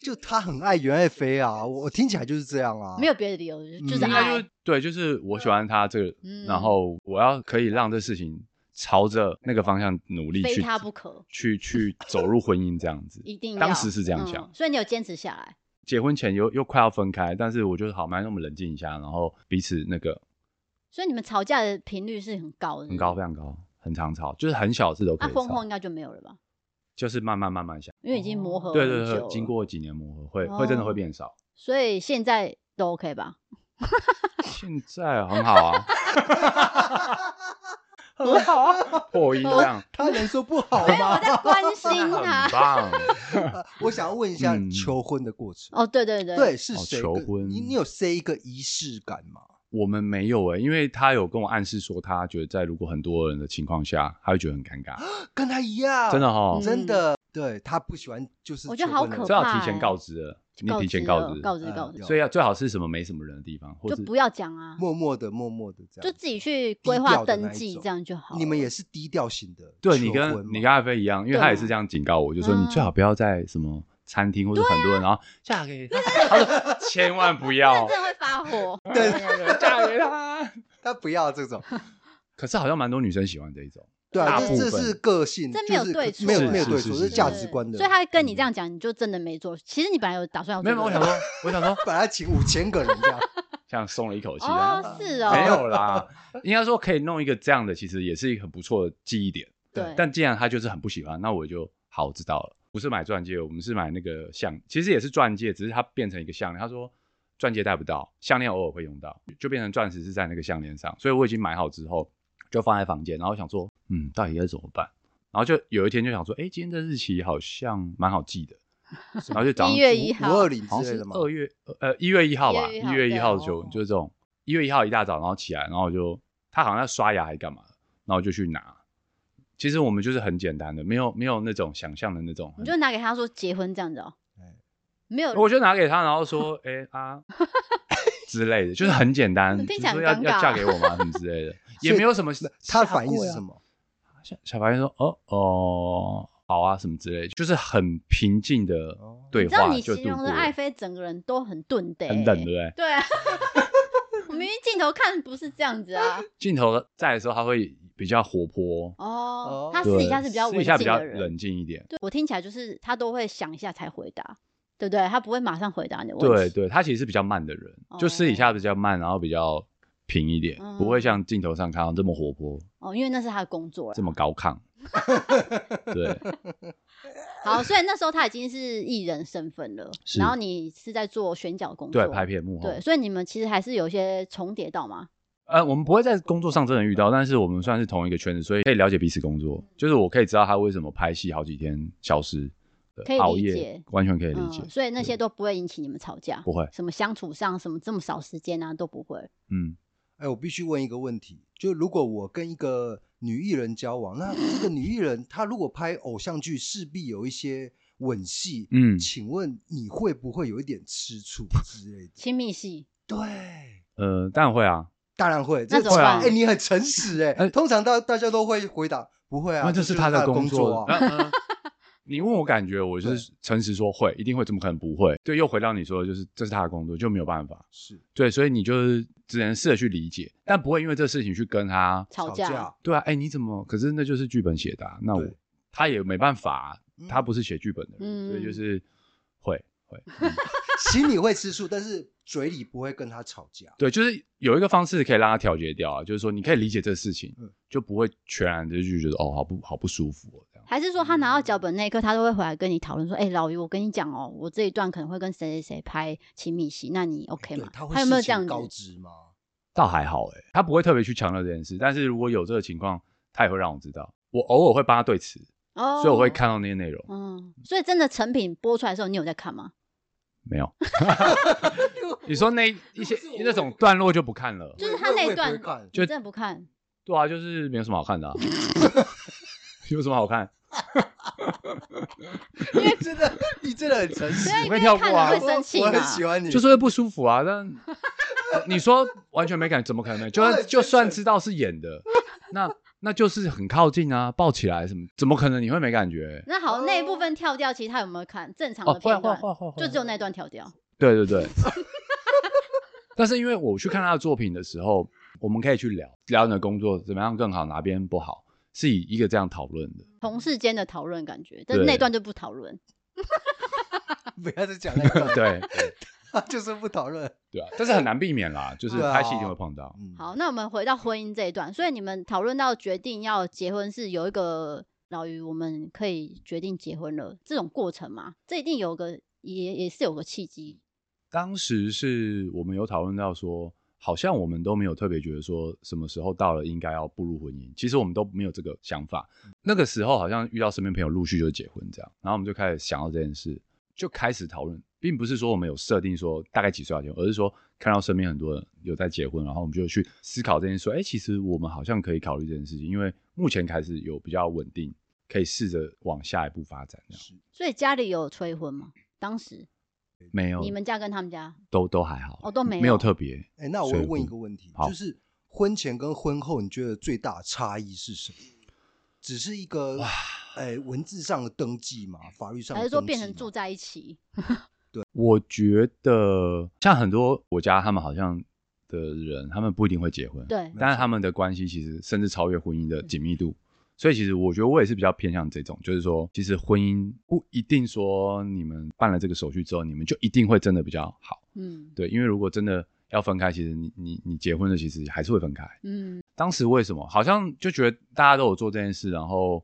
Speaker 2: 就他很爱袁爱妃啊，我我听起来就是这样啊，
Speaker 1: 没有别的理由， 就是
Speaker 2: 嗯
Speaker 3: 应该
Speaker 1: 爱
Speaker 3: 就。是对，就是我喜欢他这个，
Speaker 1: 嗯
Speaker 3: 然后我要可以让这事情朝着那个方向努力
Speaker 1: 非
Speaker 3: 去，
Speaker 1: 他不可
Speaker 3: 去去走入婚姻这样 子。
Speaker 1: 一定要。
Speaker 3: 当时是这样想
Speaker 1: 嗯，所以你有坚持下来。
Speaker 3: 结婚前又又快要分开，但是我觉得好，蛮让我们冷静一下，然后彼此那个
Speaker 1: 所以你们吵架的频率是很高的，
Speaker 3: 很高，非
Speaker 1: 那、
Speaker 3: 常高，很常吵，就是很小事都可以
Speaker 1: 嗯啊婚后
Speaker 3: 吵
Speaker 1: 应，该就没有了吧？
Speaker 3: 就是慢慢慢慢想，
Speaker 1: 因为已经磨合
Speaker 3: 哦对
Speaker 1: 很
Speaker 3: 对
Speaker 1: 久
Speaker 3: 对，
Speaker 1: 了哦
Speaker 3: 经，过几年磨合，会会真的会变少。
Speaker 1: 所以现在都 OK 吧？
Speaker 3: 现在很好 啊，很好啊，破音这样，
Speaker 2: 他能说不好
Speaker 1: 没有我
Speaker 2: 吗？
Speaker 1: 在关心
Speaker 3: 很
Speaker 1: 他。
Speaker 3: 棒。
Speaker 2: 我想要问一下
Speaker 3: 嗯
Speaker 2: 求婚的过程，
Speaker 1: 哦，对对对，
Speaker 2: 对，是
Speaker 3: 哦
Speaker 2: 谁
Speaker 3: 求
Speaker 2: 跟
Speaker 3: 婚
Speaker 2: 你你有塞一个仪式感吗？
Speaker 3: 我们没有哎、因为他有跟我暗示说，他觉得在如果很多人的情况下，他会觉得很尴尬，
Speaker 2: 跟他一样，
Speaker 3: 真的哈
Speaker 1: 嗯，
Speaker 2: 真的，对他不喜欢就是
Speaker 1: 我觉得
Speaker 2: 求婚
Speaker 1: 好
Speaker 2: 的
Speaker 1: 可
Speaker 3: 最好
Speaker 1: 怕
Speaker 3: 提前
Speaker 1: 欸
Speaker 3: 告知了，你提前
Speaker 1: 告
Speaker 3: 告
Speaker 1: 知
Speaker 3: 知，
Speaker 1: 了告知告
Speaker 2: 嗯
Speaker 1: 知，
Speaker 2: 有
Speaker 3: 所以要啊最好是什么没什么人的地方，或
Speaker 1: 就是不要讲啊，
Speaker 2: 默默的默默的这样，
Speaker 1: 就自己去
Speaker 2: 低
Speaker 1: 规划
Speaker 2: 调的
Speaker 1: 登
Speaker 2: 那一
Speaker 1: 记，
Speaker 2: 种
Speaker 1: 这样就好了。
Speaker 2: 你们也是低调型的求婚
Speaker 3: 对
Speaker 2: 吗，
Speaker 3: 你跟你跟爱妃一样，因为
Speaker 1: 对
Speaker 3: 他也是这样警告我，就说
Speaker 1: 嗯
Speaker 3: 你最好不要在什么餐厅或者很多人，然后嫁给他，他说千万不要
Speaker 1: 真的会发 火，
Speaker 2: 对
Speaker 3: 嫁给他。
Speaker 2: 他不要这种，
Speaker 3: 可是好像蛮多女生喜欢这一种，
Speaker 2: 对啊，
Speaker 3: 大
Speaker 2: 这
Speaker 3: 部
Speaker 2: 这
Speaker 3: 分
Speaker 2: 是个性，
Speaker 1: 这
Speaker 2: 就
Speaker 1: 没有
Speaker 2: 是
Speaker 1: 对
Speaker 2: 可
Speaker 1: 错
Speaker 2: 没有
Speaker 3: 是
Speaker 2: 没有
Speaker 3: 是
Speaker 2: 对
Speaker 3: 是
Speaker 2: 错，
Speaker 3: 是
Speaker 2: 是
Speaker 1: 对
Speaker 2: 价
Speaker 1: 对
Speaker 2: 值观的。嗯
Speaker 1: 所以他跟你这样讲，你就真的没做。其实你本来有打算要
Speaker 3: 没
Speaker 1: 做这个，
Speaker 3: 有，我想说，我想说，
Speaker 2: 本来请五千个人这 样，
Speaker 3: 像松了一口气啊，
Speaker 1: 哦，是哦，
Speaker 3: 没有啦，应该说可以弄一个这样的，其实也是一个很不错的记忆点。
Speaker 1: 对，
Speaker 3: 但既然他就是很不喜欢，那我就好我知道了，不是买钻戒，我们是买那个项，其实也是钻戒，只是它变成一个项链。他说钻戒戴不到，项链偶尔会用到，就变成钻石是在那个项链上，所以我已经买好之后就放在房间，然后想说，嗯，到底该怎么办？然后就有一天就想说，哎、今天这日期好像蛮好 记的，然后就找
Speaker 1: 一月一
Speaker 2: 五
Speaker 1: 号
Speaker 2: 二零
Speaker 3: 好
Speaker 2: 嗯之
Speaker 3: 像
Speaker 2: 类
Speaker 3: 是
Speaker 2: 的嘛。
Speaker 3: 二月呃一月一号吧，
Speaker 1: 1月1
Speaker 3: 一
Speaker 1: 号
Speaker 3: 月一号
Speaker 1: 对
Speaker 3: 就
Speaker 1: 哦
Speaker 3: 就是这种一月一号一大早，然后起来，然后我就他好像在刷牙还干嘛，然后我就去拿。其实我们就是很简单的，没有没有那种想象的那种。
Speaker 1: 你就拿给他说结婚这样子哦
Speaker 2: 哎，
Speaker 1: 没有，
Speaker 3: 我就拿给他，然后说：“哎、 啊之类的，就是很简单，
Speaker 1: 听
Speaker 3: 就
Speaker 1: 起
Speaker 3: 是
Speaker 1: 来
Speaker 3: 说
Speaker 1: 很
Speaker 3: 要
Speaker 1: 尴
Speaker 3: 要
Speaker 1: 尬
Speaker 3: 嫁给我吗？什么之类 的，也
Speaker 2: 所以
Speaker 3: 没有什么。
Speaker 2: 他的反应是
Speaker 3: 么？
Speaker 2: 什么？
Speaker 3: 小小白就说：“哦哦，好啊，什么之类的，就是很平静的
Speaker 2: 哦
Speaker 3: 对
Speaker 1: 你知道
Speaker 3: 话
Speaker 1: 你
Speaker 3: 就
Speaker 1: 形
Speaker 3: 度
Speaker 1: 容
Speaker 3: 过
Speaker 1: 的
Speaker 3: 了，
Speaker 1: 爱妃整个人都很钝的，
Speaker 3: 很冷，对不对？
Speaker 1: 对啊。我明明镜头看不是这样子 啊，
Speaker 3: 镜头在的时候，他会比较活泼，
Speaker 1: 哦
Speaker 2: 哦，
Speaker 1: 他私
Speaker 3: 对
Speaker 1: 底下是比较文
Speaker 3: 私底
Speaker 1: 静
Speaker 3: 下比较
Speaker 1: 的人，
Speaker 3: 冷静一点。
Speaker 1: 对我听起来就是他都会想一下才回答，对不对？他不会马上回答你的问
Speaker 3: 对
Speaker 1: 题。哦
Speaker 3: 对，他其实是比较慢的人，就私底下比较慢，然后比较平一点，
Speaker 1: 嗯
Speaker 3: 不会像镜头上看到这么活泼、
Speaker 1: 哦，因为那是他的工作
Speaker 3: 这
Speaker 1: 了。
Speaker 3: 么高 亢。对，
Speaker 1: 好，所以那时候他已经是艺人身份了，
Speaker 3: 是
Speaker 1: 然后你是在做选角工作，
Speaker 3: 对，拍片幕后
Speaker 1: 对，。所以你们其实还是有一些重叠到嘛。
Speaker 3: 呃，我们不会在工作上真的遇到，但是我们算是同一个圈子，所以可以了解彼此工
Speaker 1: 嗯
Speaker 3: 作。就是我可以知道他为什么拍戏好几天消失，对
Speaker 1: 可以理
Speaker 3: 熬夜
Speaker 1: 解，
Speaker 3: 完全可以理
Speaker 1: 嗯
Speaker 3: 解。，
Speaker 1: 所以那些都不会引起你们吵架，
Speaker 3: 不会
Speaker 1: 什么相处上什么这么少时间啊都不会。
Speaker 3: 嗯，
Speaker 2: 哎，我必须问一个问题，就如果我跟一个女艺人交往，那这个女艺人她如果拍偶像剧，势必有一些吻戏，
Speaker 3: 嗯
Speaker 2: 请问你会不会有一点吃醋之类的？
Speaker 1: 亲密戏
Speaker 2: 对，
Speaker 3: 呃，当然会啊，
Speaker 2: 当然会，
Speaker 1: 那
Speaker 2: 这
Speaker 1: 怎么
Speaker 2: 个
Speaker 1: 办
Speaker 2: 哎，你很诚实哎，
Speaker 3: 哎
Speaker 2: 通常大大家都会回答不会啊，
Speaker 3: 那这
Speaker 2: 是
Speaker 3: 是他
Speaker 2: 的
Speaker 3: 的工
Speaker 2: 作啊，
Speaker 3: 那呃你问我感觉，我就是诚实说会，一定会，怎么可能不会？对，又回到你说的，就是这是他的工作，就没有办法。
Speaker 2: 是
Speaker 3: 对，所以你就是只能试着去理解，但不会因为这事情去跟他。
Speaker 1: 吵
Speaker 2: 架，
Speaker 3: 对啊，哎，你怎么？可是那就是剧本写的、啊，那我
Speaker 2: 对
Speaker 3: 他也没办法啊、
Speaker 2: 嗯
Speaker 3: 他不是写剧本的
Speaker 1: 嗯
Speaker 3: 人，所以就是会会。
Speaker 2: 心里会吃醋，但是嘴里不会跟他吵架。
Speaker 3: 对，就是有一个方式可以让他调节掉啊，就是说你可以理解这事情
Speaker 2: 嗯，
Speaker 3: 就不会全然的就觉得哦，好不好不舒服、哦、这样。
Speaker 1: 还是说他拿到脚本那一刻，他都会回来跟你讨论说：“哎、老于，我跟你讲哦，我这一段可能会跟谁谁谁拍亲密戏，那你 OK
Speaker 2: 对
Speaker 1: 吗？”
Speaker 2: 他会
Speaker 1: 有没有
Speaker 2: 事
Speaker 1: 这样
Speaker 2: 前
Speaker 1: 子？
Speaker 2: 告知吗？
Speaker 3: 倒还好哎、他不会特别去强调这件事，但是如果有这个情况，他也会让我知道。我偶尔会帮他对词，
Speaker 1: 哦，
Speaker 3: 所以我会。看到那些内容。
Speaker 1: 嗯，所以真的成品播出来的时候，你有在看吗？
Speaker 3: 没有，你说那一些
Speaker 2: 不是我
Speaker 3: 那种段落就不看了，
Speaker 1: 就是
Speaker 2: 我
Speaker 1: 他
Speaker 2: 我
Speaker 1: 那
Speaker 2: 我也不
Speaker 1: 段
Speaker 2: 会看
Speaker 1: 你真的不看，
Speaker 3: 对啊，就是没有什么好看的、啊，有什么好看？
Speaker 2: 真的，你真的很诚实
Speaker 1: 所。以因
Speaker 3: 会
Speaker 1: 为
Speaker 3: 跳
Speaker 1: 看
Speaker 3: 过啊
Speaker 1: 了会
Speaker 2: 我
Speaker 1: 生气
Speaker 2: 我
Speaker 1: 嘛。
Speaker 2: 很喜欢你，
Speaker 3: 就是会不舒服啊。但呃你说完全没感觉，怎么可能没？就
Speaker 2: 他很
Speaker 3: 算
Speaker 2: 真
Speaker 3: 就算
Speaker 2: 诚
Speaker 3: 知道是演的，那那就是很靠近啊，抱起来什么，怎么可能你会没感觉？欸
Speaker 1: 那好，那一部分跳掉，其他有没有看正常
Speaker 3: 哦，
Speaker 1: 的
Speaker 3: 会
Speaker 1: 片
Speaker 3: 会
Speaker 1: 段？
Speaker 3: 会会，
Speaker 1: 就
Speaker 3: 会
Speaker 1: 只有那段跳掉。
Speaker 3: 对 对对。但是因为我去看他的作品的时候，我们可以去聊聊你的工作怎么样更好，哪边不好，是以一个这样讨论的。
Speaker 1: 同事间的讨论感觉，但是
Speaker 3: 对
Speaker 1: 那段就不讨论。
Speaker 2: 不要再讲那个，
Speaker 3: 对对
Speaker 2: 就是不讨论。
Speaker 3: 对啊，但是很难避免啦，就是
Speaker 2: 对啊
Speaker 3: 拍戏一定会碰到。
Speaker 2: 嗯，
Speaker 1: 好，那我们回到婚姻这一段，所以你们讨论到决定要结婚是有一个老于，我们可以决定结婚了这种过程嘛？这一定有个也也是有个契机，
Speaker 3: 当时是我们有讨论到说，好像我们都没有特别觉得说什么时候到了应该要步入婚姻，其实我们都没有这个想法。
Speaker 1: 嗯
Speaker 3: 那个时候好像遇到身边朋友陆续就结婚这样，然后我们就开始想到这件事，就开始讨论，并不是说我们有设定说大概几岁要结婚，而是说看到身边很多人有在结婚，然后我们就去思考这件事，说，哎，其实我们好像可以考虑这件事情，因为目前开始有比较稳定，可以试着往下一步发展这样。
Speaker 1: 所以家里有催婚吗？当时
Speaker 3: 没有，
Speaker 1: 你们家跟他们家
Speaker 3: 都都还好，
Speaker 1: 哦都没有
Speaker 3: 没有特别。
Speaker 2: 哎、那我
Speaker 3: 所以
Speaker 2: 问一
Speaker 3: 不
Speaker 2: 个问题，
Speaker 3: 好
Speaker 2: 就是婚前跟婚后，你觉得最大的差异是什么？只是一个哎、文字上的登记嘛，法律上的
Speaker 1: 还是说
Speaker 2: 登
Speaker 1: 变
Speaker 2: 记
Speaker 1: 成
Speaker 2: 吗
Speaker 1: 住在一起？
Speaker 3: 我觉得像很多国家，他们好像的人，他们不一定会结婚，，
Speaker 1: 对，
Speaker 3: 但是他们的关系其实甚至超越婚姻的紧密度。所以其实我觉得我也是比较偏向这种，就是说，其实婚姻不一定说你们办了这个手续之后，你们就一定会真的比较好，
Speaker 1: 嗯
Speaker 3: 对，因为如果真的要分开，其实你你你结婚了，其实还是会分开。
Speaker 1: 嗯，
Speaker 3: 当时为什么好像就觉得大家都有做这件事，然后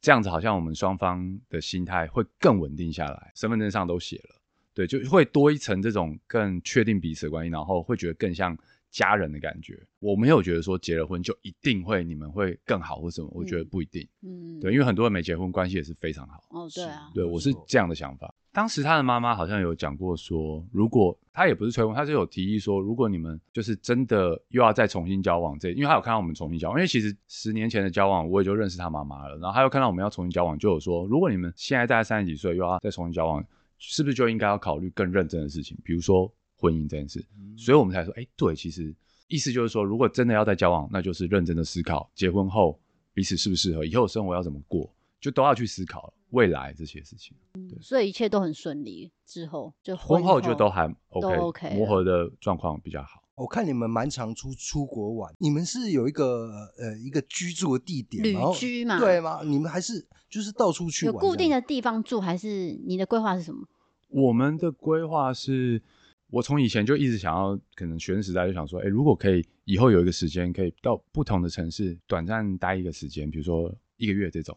Speaker 3: 这样子好像我们双方的心态会更稳定下来，身份证上都写了，对，就会多一层这种更确定彼此的关系，然后会觉得更像家人的感觉。我没有觉得说结了婚就一定会你们会更好或什么，我觉得不一定，
Speaker 1: 嗯，
Speaker 3: 对，因为很多人没结婚关系也是非常好。
Speaker 1: 哦对啊，
Speaker 3: 对，
Speaker 2: 没
Speaker 3: 我是
Speaker 2: 错
Speaker 3: 这样的想法。当时他的妈妈好像有讲过说，如果他也不是催婚，他是有提议说，如果你们就是真的又要再重新交往这，因为他有看到我们重新交往，因为其实十年前的交往我也就认识他妈妈了，然后他又看到我们要重新交往，就有说，如果你们现在大概三十几岁又要再重新交往，是不是就应该要考虑更认真的事情，比如说婚姻这件事？
Speaker 2: 嗯
Speaker 3: 所以我们才说，哎、对，其实意思就是说，如果真的要再交往，那就是认真的思考结婚后彼此适不适合，以后生活要怎么过，就都要去思考未来这些事情。
Speaker 1: 所以一切都很顺利。之后就
Speaker 3: 婚
Speaker 1: 后
Speaker 3: 后就都还 OK，,
Speaker 1: 都 OK 了
Speaker 3: 磨合的状况比较好。
Speaker 2: 我看你们蛮常出出国玩，你们是有一个呃一个居住的地点，
Speaker 1: 旅
Speaker 2: 然后
Speaker 1: 居嘛
Speaker 2: 对吗？你们还是就是到处去
Speaker 1: 有
Speaker 2: 玩，
Speaker 1: 固定的，地方住，还是你的规划是什么？
Speaker 3: 我们的规划是，我从以前就一直想要，可能学生时代就想说，哎、如果可以，以后有一个时间可以到不同的城市短暂待一个时间，比如说一个月这种，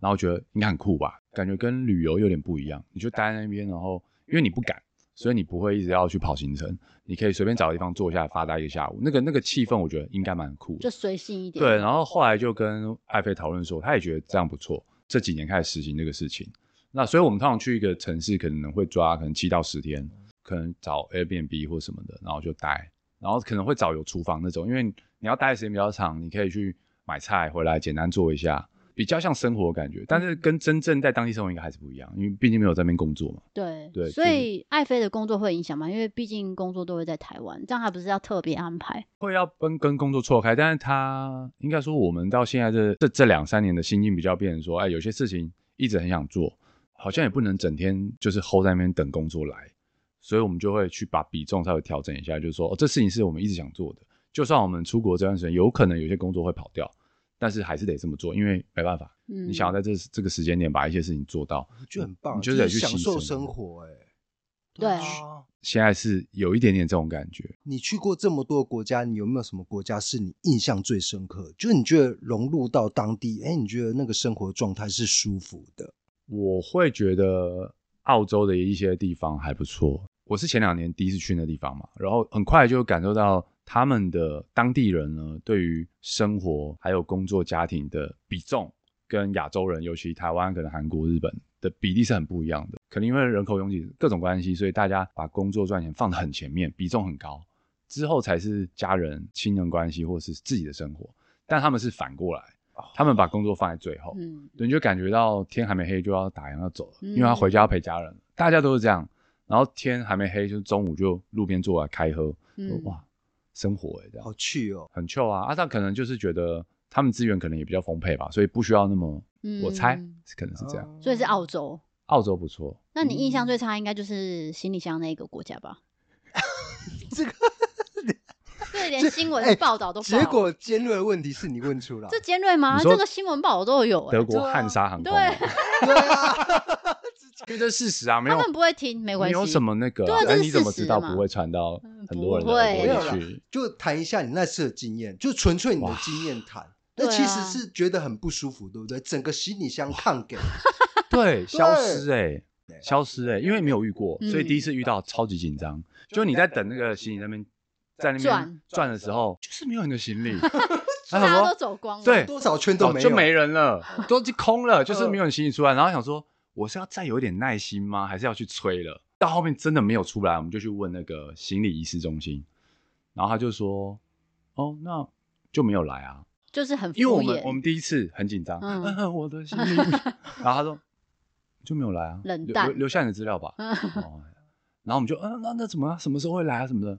Speaker 3: 然后觉得应该很酷吧，感觉跟旅游有点不一样，你就待在那边，然后因为你不敢。所以你不会一直要去跑行程，你可以随便找个地方坐下来发呆一个下午，那个那个气氛我觉得应该蛮酷的，
Speaker 1: 就随性一点。
Speaker 3: 对，然后后来就跟艾菲讨论说，他也觉得这样不错，这几年开始实行这个事情。那所以我们通常去一个城市，可能会抓可能七到十天，可能找 Airbnb 或什么的，然后就待，然后可能会找有厨房那种，因为你要待的时间比较长，你可以去买菜回来简单做一下，比较像生活的感觉，但是跟真正在当地生活应该还是不一样，因为毕竟没有在那边工作嘛。
Speaker 1: 对
Speaker 3: 对
Speaker 1: 所
Speaker 3: 就是
Speaker 1: 以爱妃的工作会影响吗？因为毕竟工作都会在台湾，这样他不是要特别安排？
Speaker 3: 会要跟跟工作错开，但是他应该说，我们到现在这这这两三年的心境比较变成说，哎，有些事情一直很想做，好像也不能整天就是 hold 在那边等工作来，所以我们就会去把比重稍微调整一下，就是说，哦，这事情是我们一直想做的，就算我们出国这段时间有可能有些工作会跑掉，但是还是得这么做，因为没办法，
Speaker 1: 嗯，
Speaker 3: 你想要在这这个时间点把一些事情做到，
Speaker 2: 就很棒，
Speaker 3: 你
Speaker 2: 就
Speaker 3: 就得
Speaker 2: 是
Speaker 3: 去
Speaker 2: 享
Speaker 3: 牺
Speaker 2: 受
Speaker 3: 牲
Speaker 2: 生活、哎，
Speaker 1: 对
Speaker 2: 啊。
Speaker 3: 现在是有一点点这种感觉。
Speaker 2: 你去过这么多国家，你有没有什么国家是你印象最深刻？就是你觉得融入到当地，哎、你觉得那个生活状态是舒服的？
Speaker 3: 我会觉得澳洲的一些地方还不错。我是前两年第一次去那地方嘛，然后很快就感受到他们的当地人呢，对于生活还有工作、家庭的比重，跟亚洲人，尤其台湾、可能韩国、日本的比例是很不一样的。可能因为人口拥挤各种关系，所以大家把工作赚钱放得很前面，比重很高，之后才是家人、亲人关系或是自己的生活。但他们是反过来，他们把工作放在最后，
Speaker 1: 嗯，
Speaker 3: 对，你就感觉到天还没黑就要打烊要走了，因为
Speaker 1: 嗯
Speaker 3: 他回家要陪家人，大家都是这样。然后天还没黑，就中午就路边坐来开喝，
Speaker 1: 嗯
Speaker 3: 哇，生活哎、这样
Speaker 2: 好去哦，
Speaker 3: 很 chill 啊。阿、尚可能就是觉得他们资源可能也比较丰沛吧，所以不需要那么，我猜
Speaker 1: 嗯
Speaker 3: 可能是这样。
Speaker 2: 哦
Speaker 1: 所以是澳洲。
Speaker 3: 澳洲不错，
Speaker 1: 那你印象
Speaker 2: 嗯
Speaker 1: 最差应该就是行李箱那个国家吧？
Speaker 2: 这个
Speaker 1: 对，连新闻
Speaker 2: 哎
Speaker 1: 报道都报
Speaker 2: 结果尖锐的问题是你问出来，
Speaker 1: 这尖锐吗？
Speaker 3: 你说
Speaker 1: 这个新闻报道都有、欸
Speaker 3: 德，国汉莎航空啊，
Speaker 1: 对
Speaker 2: 对啊，
Speaker 3: 因为这是事实啊，没
Speaker 1: 他
Speaker 3: 有
Speaker 1: 们不会听，没关
Speaker 3: 没
Speaker 1: 系。
Speaker 3: 有什么那个、
Speaker 1: 对啊这
Speaker 3: 但
Speaker 1: 是
Speaker 3: 你怎么
Speaker 1: 事实
Speaker 3: 知道
Speaker 1: 嘛
Speaker 3: 不会传到
Speaker 1: 嗯
Speaker 3: 很多人
Speaker 1: 不
Speaker 3: 的
Speaker 1: 会
Speaker 3: 耳
Speaker 2: 没有
Speaker 3: 朵
Speaker 2: 啦
Speaker 3: 里去？
Speaker 2: 就谈一下你那次的经验，就纯粹你的经验谈。那
Speaker 1: 对
Speaker 2: 其
Speaker 1: 啊
Speaker 2: 实是觉得很不舒服，对不对？整个行李箱抗给，
Speaker 3: 对，消失哎、消失哎、因为没有遇过，
Speaker 1: 嗯
Speaker 3: 所以第一次遇到超级紧张。就你在等那个行李那边，在那
Speaker 1: 转
Speaker 3: 边转的时候，就是没有很多行 李，
Speaker 1: 大
Speaker 3: 然后想
Speaker 1: 家
Speaker 3: 说
Speaker 1: 都走光了。
Speaker 3: 对
Speaker 2: 多少圈都
Speaker 3: 早
Speaker 2: 没有，
Speaker 3: 哦就没呃人了， 都就空了，就是没有行李出来。然后想说，我是要再有一点耐心吗？还是要去催了？到后面真的没有出来，我们就去问那个行李仪式中心，然后他就说，哦，那就没有来啊。
Speaker 1: 就是很敷衍。
Speaker 3: 因为我们我们第一次很紧张，
Speaker 1: 嗯
Speaker 3: 嗯， 我的 行李，然后他说就没有来啊，
Speaker 1: 冷
Speaker 3: 留
Speaker 1: 淡
Speaker 3: 留留下你的资料吧。
Speaker 1: 嗯
Speaker 3: 哦然后我们就嗯，那那怎么啊什么时候会来啊什么的？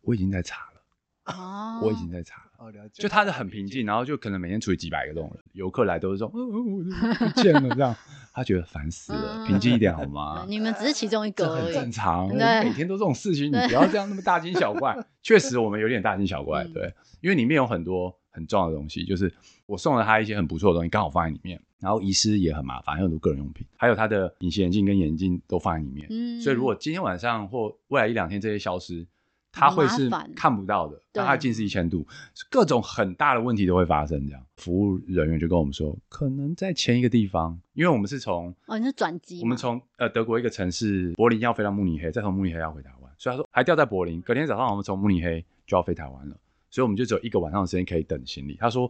Speaker 3: 我已经在查了，
Speaker 1: 哦，
Speaker 3: 我已经在查了。
Speaker 2: 哦，了解。
Speaker 3: 就他的很平静，然后就可能每天处理几百个这种人，游客来都是说，嗯，嗯我的不见了这样， 他觉得烦死了，
Speaker 1: 嗯
Speaker 3: 平静一点好吗
Speaker 1: 嗯。？你们只是其中一
Speaker 3: 啊这
Speaker 1: 个而
Speaker 3: 很正
Speaker 1: 已。
Speaker 3: 常，
Speaker 1: 对
Speaker 3: 每天都这种事情，你
Speaker 1: 对
Speaker 3: 不要这样那么大惊 小怪。确实，我们有点大惊小怪，
Speaker 1: 嗯
Speaker 3: 对，因为里面有很多很重要的东西，就是我送了他一些很不错的东西，刚好放在里面，然后遗失也很麻烦，还有很多个人用品，还有他的隐形眼镜跟眼镜都放在里面，
Speaker 1: 嗯
Speaker 3: 所以如果今天晚上或未来一两天这些消失，他会是
Speaker 1: 很麻烦
Speaker 3: 看不到的，
Speaker 1: 对
Speaker 3: 那他近视一千度，各种很大的问题都会发生。这样，服务人员就跟我们说，可能在前一个地方，因为我们是从
Speaker 1: 哦，你是转机嘛，
Speaker 3: 我们从呃德国一个城市柏林要飞到慕尼黑，再从慕尼黑要回台湾，所以他说还掉在柏林。隔天早上我们从慕尼黑就要飞台湾了，所以我们就只有一个晚上的时间可以等行李。他说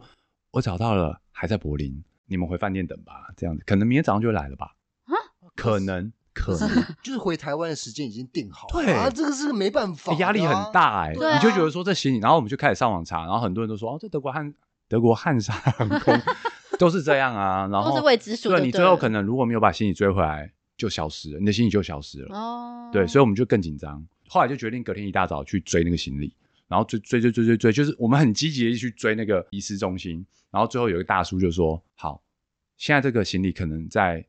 Speaker 3: 我找到了，还在柏林，你们回饭店等吧，这样子可能明天早上就会来了吧？
Speaker 1: 啊，
Speaker 3: 可能可能
Speaker 2: 就是 回台湾的时间已经定好了，
Speaker 3: 对
Speaker 2: 啊，这个是没办法的啊，
Speaker 3: 哎压力很大哎、
Speaker 1: 对啊
Speaker 3: 你就觉得说这行李，然后我们就开始上网查，然后很多人都说哦，这德国汉德国 汉莎航空都是这样啊，然后
Speaker 1: 都是未知数就
Speaker 3: 对
Speaker 1: 对
Speaker 3: 你最后
Speaker 1: 了
Speaker 3: 可能如果没有把行李追回来，就消失了，你的行李就消失了。
Speaker 1: 哦，
Speaker 3: 对，所以我们就更紧张。后来就决定隔天一大早去追那个行李，然后追追追追追追，就是我们很积极的去追那个遗失中心。然后最后有一个大叔就说：“好，现在这个行李可能在，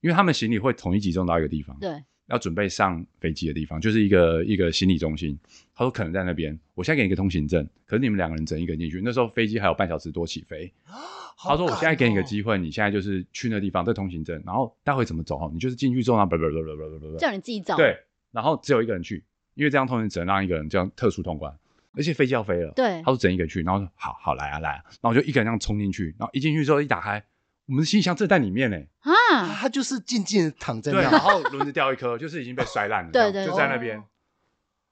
Speaker 3: 因为他们行李会统一集中到一个地方，
Speaker 1: 对，
Speaker 3: 要准备上飞机的地方，就是一个一个行李中心。”他说：“可能在那边，我现在给你一个通行证，可是你们两个人整一个人进去。那时候飞机还有半小时多起飞。”
Speaker 2: 啊好
Speaker 3: 他说：“我现在给你一个
Speaker 2: 赶哦
Speaker 3: 机会，你现在就是去那地方，这通行证，然后待会怎么走，你就是进去之后，然后叭叭叭叭叭叭叭
Speaker 1: 叫你自己找。
Speaker 3: 对，然后只有一个人去，因为这样通常只能让一个人这样特殊通关，而且飞机要飞了。
Speaker 1: 对
Speaker 3: 他，说整一个人去，然后说好好来啊来啊，然后我就一个人这样冲进去，然后一进去之后一打开，我们的行李箱正在里面呢，
Speaker 2: 啊
Speaker 1: 啊，
Speaker 2: 他就是静静地躺在
Speaker 3: 对，啊然
Speaker 2: 那，
Speaker 3: 后轮子掉一颗，就是已经被摔烂了，
Speaker 1: 对
Speaker 3: 这
Speaker 1: 对
Speaker 3: 样就在那边，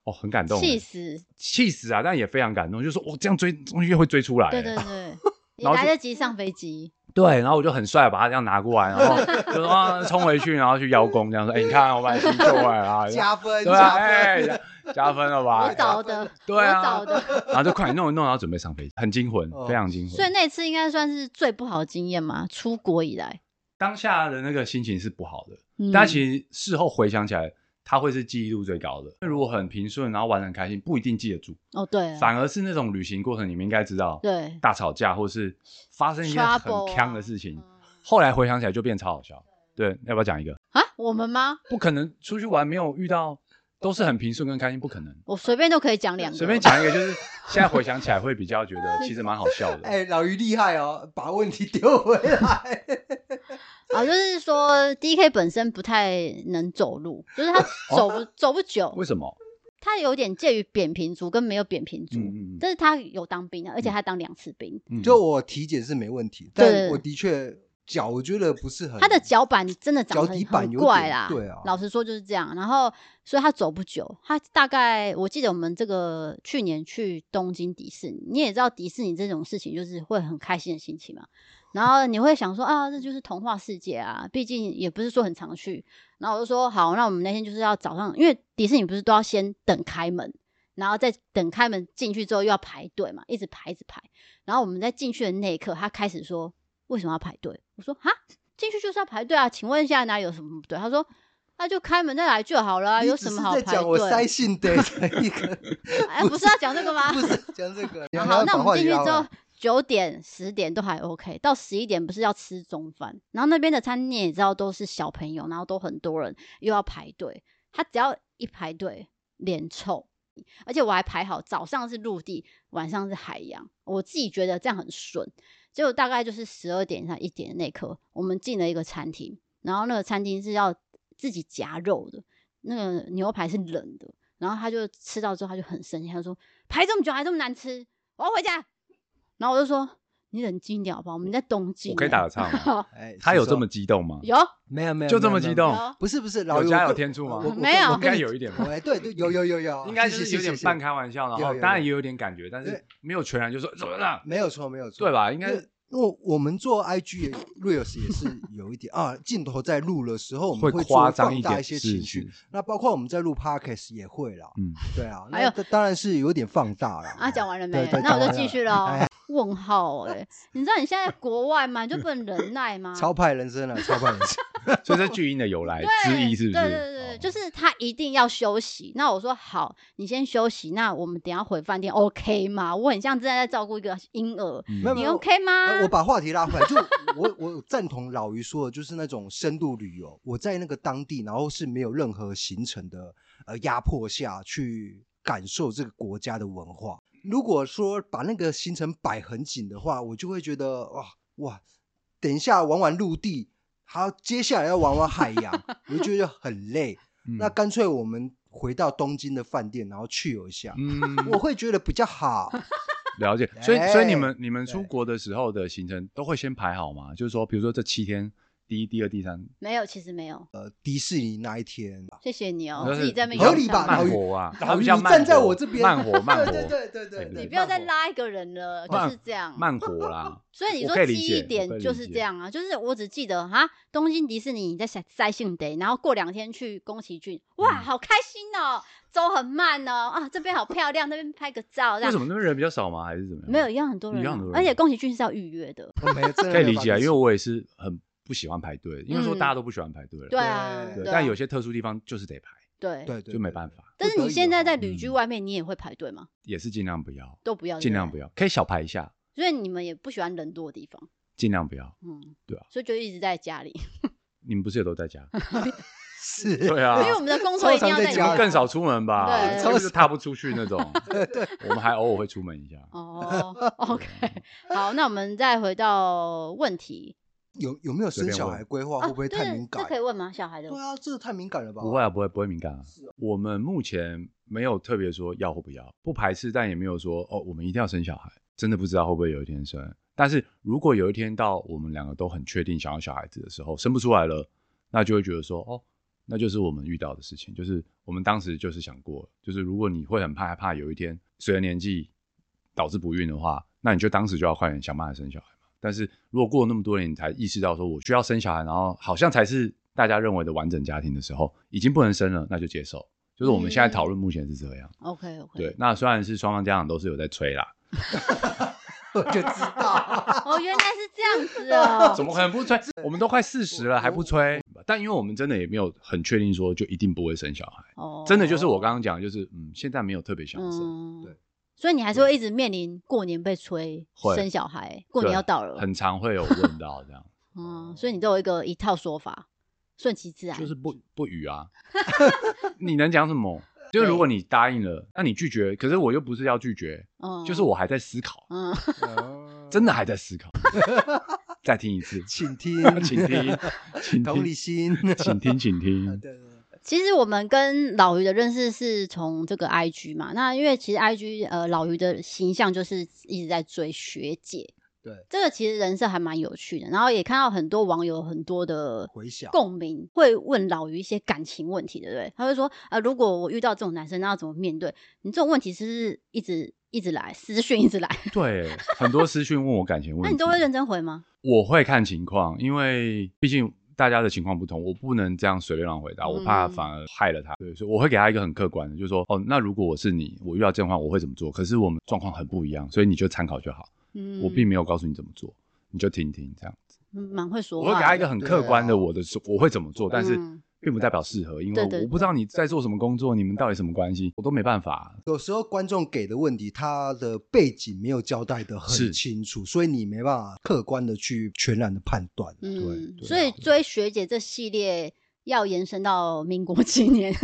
Speaker 3: 哦，很感动，
Speaker 1: 气死！
Speaker 3: 气死啊！但也非常感动，就说哦我这样追终于会追出来，
Speaker 1: 对对对，你
Speaker 3: 然后
Speaker 1: 来
Speaker 3: 就
Speaker 1: 得及上飞机，
Speaker 3: 对，然后我就很帅地把它这样拿过来，然后就说啊冲回去，然后去邀功，这样说，哎，你看我把你救回来了，
Speaker 2: 加分，
Speaker 3: 对啊，
Speaker 2: 加
Speaker 3: 哎
Speaker 2: 分，，
Speaker 3: 加加分了吧？
Speaker 1: 我找的，
Speaker 3: 哎对
Speaker 1: 我
Speaker 3: 啊
Speaker 1: 找的。
Speaker 3: 然后就快点弄一弄，然后准备上飞机，很惊魂，
Speaker 2: 哦
Speaker 3: 非常惊魂。
Speaker 1: 所以那次应该算是最不好的经验嘛，出国以来。
Speaker 3: 当下的那个心情是不好的，
Speaker 1: 嗯
Speaker 3: 但其实事后回想起来，它会是记忆度最高的。因为如果很平顺，然后玩的很开心，不一定记得住，
Speaker 1: 哦，对啊，
Speaker 3: 反而是那种旅行过程，你们应该知道，
Speaker 1: 对，
Speaker 3: 大吵架或是发生一些
Speaker 1: Trouble 啊
Speaker 3: 很坑的事情，后来回想起来就变超好笑。对，要不要讲一个？
Speaker 1: 啊，我们吗？
Speaker 3: 不可能出去玩没有遇到，都是很平顺跟开心，不可能。
Speaker 1: 我随便都可以讲两个，
Speaker 3: 随便讲一个，就是现在回想起来会比较觉 得其实蛮好笑的。
Speaker 2: 哎，老于厉害哦，把问题丢回来，
Speaker 3: 嗯
Speaker 1: 啊，就是说 D K 本身不太能走路，就是他走
Speaker 3: 哦
Speaker 1: 不、走不久，
Speaker 3: 为什么？
Speaker 1: 他有点介于扁平足跟没有扁平足，
Speaker 3: 嗯嗯嗯
Speaker 1: 但是他有当兵啊，而且他当两次兵，
Speaker 3: 嗯
Speaker 2: 就我体检是没问题，
Speaker 1: 对
Speaker 2: 但我的确脚我觉得不是很，
Speaker 1: 他的脚板真的长
Speaker 2: 脚
Speaker 1: 得
Speaker 2: 底
Speaker 1: 很
Speaker 2: 板
Speaker 1: 很
Speaker 2: 有
Speaker 1: 怪
Speaker 2: 点
Speaker 1: 啦，
Speaker 2: 对啊
Speaker 1: 老实说就是这样。然后，所以他走不久，他大概我记得我们这个去年去东京迪士尼，你也知道迪士尼这种事情就是会很开心的心情嘛，然后你会想说啊，这就是童话世界啊，毕竟也不是说很常去。然后我就说好，那我们那天就是要早上，因为迪士尼不是都要先等开门。然后再等开门进去之后又要排队嘛，一直排一直排。然后我们在进去的那一刻，他开始说为什么要排队？我说哈，进去就是要排队啊，请问一下哪有什么不对？他说那就开门再来就好了啊、
Speaker 2: 你
Speaker 1: 有
Speaker 2: 只
Speaker 1: 什么
Speaker 2: 是
Speaker 1: 好
Speaker 2: 在
Speaker 1: 排
Speaker 2: 讲我塞
Speaker 1: 队？，
Speaker 2: 信得的 一个
Speaker 1: 哎，不是要讲这个吗？
Speaker 2: 不是讲这个。你还
Speaker 1: 好，
Speaker 2: 要
Speaker 1: 那
Speaker 2: 把
Speaker 1: 我
Speaker 2: 话啊
Speaker 1: 们进去
Speaker 2: 拉
Speaker 1: 之
Speaker 2: 回
Speaker 1: 后
Speaker 2: 来，
Speaker 1: 九点、十点都还 OK，到十一点不是要吃中饭，然后那边的餐厅也知道都是小朋友，然后都很多人，又要排队。他只要一排队，脸臭，而且我还排好，早上是陆地，晚上是海洋，我自己觉得这样很顺。结果大概就是十二点上一点的那一刻，我们进了一个餐厅，然后那个餐厅是要自己夹肉的，那个牛排是冷的，然后他就吃到之后他就很生气，他就说排这么久还这么难吃，我要回家。然后我就说你冷静一点好不好？我们在东京欸、
Speaker 3: 我可以打个岔吗
Speaker 2: 哎，
Speaker 3: 他有
Speaker 2: 是
Speaker 3: 这
Speaker 2: 说
Speaker 3: 么激动吗？
Speaker 1: 有
Speaker 2: 没有没有
Speaker 3: 就
Speaker 2: 没
Speaker 3: 这
Speaker 2: 有
Speaker 3: 么
Speaker 2: 没
Speaker 3: 激
Speaker 2: 有
Speaker 3: 动
Speaker 1: 有
Speaker 2: 不是不是，
Speaker 3: 有
Speaker 2: 老
Speaker 3: 加
Speaker 2: 我
Speaker 3: 有
Speaker 2: 跟
Speaker 3: 天助吗
Speaker 2: 我我
Speaker 1: 没有
Speaker 2: 我
Speaker 1: 应
Speaker 2: 跟
Speaker 3: 该
Speaker 2: 你
Speaker 3: 有一点吧
Speaker 2: 哎，对对，有有有有，
Speaker 3: 应该
Speaker 2: 谢
Speaker 3: 就是
Speaker 2: 谢
Speaker 3: 有点
Speaker 2: 谢谢
Speaker 3: 半开玩笑，然
Speaker 2: 有
Speaker 3: 后
Speaker 2: 有
Speaker 3: 当然
Speaker 2: 有
Speaker 3: 也有点感觉，但是没有全然就说怎么了，
Speaker 2: 没有错没有错，
Speaker 3: 对？吧？应
Speaker 2: 应该
Speaker 3: 该
Speaker 2: 因为我们做 IG 也 reels 也是有一点啊，镜头在录的时候我们做
Speaker 3: 夸张
Speaker 2: 放大
Speaker 3: 点，
Speaker 2: 一些
Speaker 3: 是
Speaker 2: 情绪，
Speaker 3: 是
Speaker 2: 那包括我们在录 podcast 也会啦，
Speaker 3: 嗯，
Speaker 2: 对啊，
Speaker 1: 还有
Speaker 2: 那这当然是有点放大了
Speaker 1: 哎啊，讲完了
Speaker 2: 对
Speaker 1: 没？
Speaker 2: 对
Speaker 1: 那我
Speaker 2: 讲
Speaker 1: 就
Speaker 2: 完
Speaker 1: 继
Speaker 2: 了
Speaker 1: 续喽。问号哎、你知道你现在在国外嘛，你就不能忍耐吗？
Speaker 2: 超派人生啊，超派人生，
Speaker 3: 所以这巨婴的由来之一是不是？
Speaker 1: 对对对对，
Speaker 3: 哦
Speaker 1: 就是他一定要休息。那我说好，你先休息，那我们等一下回饭店，OK 吗？我很像正在照顾一个婴儿，
Speaker 3: 嗯
Speaker 2: 没有没
Speaker 1: 你
Speaker 2: 有
Speaker 1: OK 吗？
Speaker 2: 呃我把话题拉回来，就 我我赞同老于说的，就是那种深度旅游，我在那个当地，然后是没有任何行程的呃压迫下去感受这个国家的文化。如果说把那个行程摆很紧的话，我就会觉得哇哇，等一下玩完陆地，好，接下来要玩玩海 洋，我就觉得很累。
Speaker 3: 嗯
Speaker 2: 那干脆我们回到东京的饭店，然后去游一下，
Speaker 3: 嗯，
Speaker 2: 我会觉得比较好。
Speaker 3: 了解，所以所以你们
Speaker 2: 哎
Speaker 3: 你们出
Speaker 2: 对
Speaker 3: 国的时候的行程都会先排好吗？就是说，比如说这七天，第一、第二、第三，
Speaker 1: 没有，其实没有，
Speaker 2: 呃，迪士尼那一天，
Speaker 1: 谢谢你哦，
Speaker 3: 那
Speaker 1: 自己在那边
Speaker 2: 合
Speaker 1: 有
Speaker 2: 理
Speaker 1: 想
Speaker 2: 吧
Speaker 1: 法
Speaker 2: 老于
Speaker 3: 慢活啊，
Speaker 2: 老
Speaker 3: 比
Speaker 2: 于
Speaker 3: 较
Speaker 2: 你
Speaker 3: 慢
Speaker 2: 站在
Speaker 3: 活
Speaker 2: 我这边，
Speaker 3: 慢活慢活，哎
Speaker 2: 对对对对对，
Speaker 1: 你不要再拉一个人了，就
Speaker 3: 慢
Speaker 1: 是这样。
Speaker 3: 慢活啦。
Speaker 1: 所以你
Speaker 3: 我
Speaker 1: 说
Speaker 3: 可以
Speaker 1: 记
Speaker 3: 理解
Speaker 1: 忆点
Speaker 3: 我可以理
Speaker 1: 就是
Speaker 3: 解
Speaker 1: 这样啊，就是我只记得哈，东京迪士尼你在塞塞性得，然后过两天去宫崎骏，
Speaker 3: 嗯
Speaker 1: 哇，好开心哦，走很慢哦，啊，这边好漂亮，那边拍个照，这
Speaker 3: 为什
Speaker 1: 样
Speaker 3: 么那边人比较少吗？还是怎么样？
Speaker 1: 没有一样很多人
Speaker 3: 一
Speaker 1: 啊、
Speaker 3: 样很多
Speaker 1: 而且
Speaker 3: 人
Speaker 1: 宫崎骏是要预约的，
Speaker 2: 我没有真的
Speaker 3: 可以
Speaker 2: 没有
Speaker 3: 理解啊，
Speaker 2: 办法
Speaker 3: 因为我也是很不喜欢排队，因为说
Speaker 1: 嗯
Speaker 3: 大家都不喜欢排队了。
Speaker 1: 对啊，
Speaker 2: 对
Speaker 3: 对，
Speaker 1: 啊
Speaker 3: 但有些特殊地方就是得排，
Speaker 1: 对
Speaker 2: 对对
Speaker 3: 就没办
Speaker 2: 法。
Speaker 1: 但是
Speaker 2: 不
Speaker 1: 你
Speaker 2: 得已
Speaker 1: 现在
Speaker 2: 的
Speaker 1: 在
Speaker 2: 话
Speaker 1: 旅居
Speaker 3: 嗯
Speaker 1: 外面，你也会排队吗？
Speaker 3: 也是尽量不要，
Speaker 1: 都不要，对
Speaker 3: 尽
Speaker 1: 不
Speaker 3: 量
Speaker 1: 对
Speaker 3: 不。要，可以小排一下，
Speaker 1: 所以你们也不喜欢人多的地方，
Speaker 3: 尽量不要。
Speaker 1: 嗯，
Speaker 3: 对啊，
Speaker 1: 所以就一直在家里，
Speaker 3: 你们不是也都 在家？
Speaker 2: 是，
Speaker 3: 对啊
Speaker 1: 因为我们的工作
Speaker 2: 超
Speaker 1: 一定
Speaker 2: 常
Speaker 1: 要
Speaker 2: 在
Speaker 1: 在
Speaker 3: 你
Speaker 2: 家
Speaker 1: 家
Speaker 3: 们更少出门吧？
Speaker 1: 对
Speaker 3: 是不是踏不出去 那种？
Speaker 2: 对，
Speaker 3: 我们还偶尔会出门一下。
Speaker 1: 哦，OK，好，那我们再回到问题
Speaker 2: 有有没有生
Speaker 3: 随便
Speaker 2: 小
Speaker 3: 问
Speaker 2: 孩规划
Speaker 1: 啊，
Speaker 2: 哦会不会
Speaker 1: 这
Speaker 2: 太敏感
Speaker 1: 这？可以问吗？小孩的
Speaker 2: 对啊，这个太敏感了吧？
Speaker 3: 不会啊，不会，不会敏感啊。我们目前没有特别说要或不要，不排斥，但也没有说哦，我们一定要生小孩。真的不知道会不会有一天生。但是如果有一天到我们两个都很确定想要小孩子的时候，生不出来了，那就会觉得说哦，那就是我们遇到的事情，就是我们当时就是想过，就是如果你会很怕害怕有一天随着年纪导致不孕的话，那你就当时就要快点想办法生小孩嘛。但是如果过了那么多年，你才意识到说我需要生小孩，然后好像才是大家认为的完整家庭的时候，已经不能生了，那就接受。就是我们
Speaker 1: 嗯
Speaker 3: 现在讨论目前是这样，
Speaker 1: ，OK OK，
Speaker 3: 对。那虽然是双方家长都是有在催啦，
Speaker 2: 我就知 道，
Speaker 1: 哦，原来是这样子 哦，
Speaker 3: 怎么可能不催？我们都快四十了还不催，但因为我们真的也没有很确定说就一定不会生小孩，
Speaker 1: 哦
Speaker 3: 真的就是我刚刚讲的，就是嗯，现在没有特别想生，
Speaker 1: 嗯
Speaker 2: 对。
Speaker 1: 所以你还是会一直面临过年被催
Speaker 3: 会
Speaker 1: 生小孩，过年
Speaker 3: 对
Speaker 1: 要到了，
Speaker 3: 很常会有问到这样，
Speaker 1: 嗯，所以你都有一个一套说法，顺其自然，
Speaker 3: 就是不不语啊，你能讲什么？就是如果你答应了，那你拒绝，可是我又不是要拒绝，
Speaker 1: 嗯，
Speaker 3: 就是我还在思考，
Speaker 1: 嗯，
Speaker 3: 真的还在思考。再听一次，，
Speaker 2: 请听
Speaker 3: 请听，请
Speaker 2: 同
Speaker 3: 听
Speaker 2: 理，心，
Speaker 3: 请听，请
Speaker 2: 对
Speaker 3: 听，
Speaker 2: 对对
Speaker 1: 其实我们跟老于的认识是从这个 IG 嘛，那因为其实 IG 呃老于的形象就是一直在追学姐，
Speaker 2: 对，
Speaker 1: 这个其实人设还蛮有趣的，然后也看到很多网友很多的
Speaker 2: 回想
Speaker 1: 共鸣，会问老于一些感情问题，对不对？他会说啊、呃如果我遇到这种男生，那要怎么面对？你这种问题是不是一直一直来私讯一直来？
Speaker 3: 对，很多私讯问我感情问题，
Speaker 1: 那你都会认真回吗？
Speaker 3: 我会看情况，因为毕竟大家的情况不同，我不能这样随便乱回答，我怕
Speaker 1: 嗯
Speaker 3: 反而害了他。对，所以我会给他一个很客观的，就是说，哦，那如果我是你，我遇到这样的话，我会怎么做？可是我们状况很不一样，所以你就参考就好。
Speaker 1: 嗯，
Speaker 3: 我并没有告诉你怎么做，你就听听这样。
Speaker 1: 嗯蛮会说
Speaker 3: 我
Speaker 1: 话的。
Speaker 3: 会给他一个很客观的
Speaker 2: 对啊
Speaker 3: 我的说我会怎么做，但是
Speaker 1: 嗯
Speaker 3: 并不代表适合，因为
Speaker 1: 对对
Speaker 3: 我不知道你在做什么工作，你们到底什么关系，我都没办法。
Speaker 2: 有时候观众给的问题，他的背景没有交代的很
Speaker 3: 是
Speaker 2: 清楚，所以你没办法客观的去全然的判断。
Speaker 1: 嗯，
Speaker 3: 对
Speaker 1: 所
Speaker 2: 啊
Speaker 1: 以追学姐这系列要延伸到民国几 年？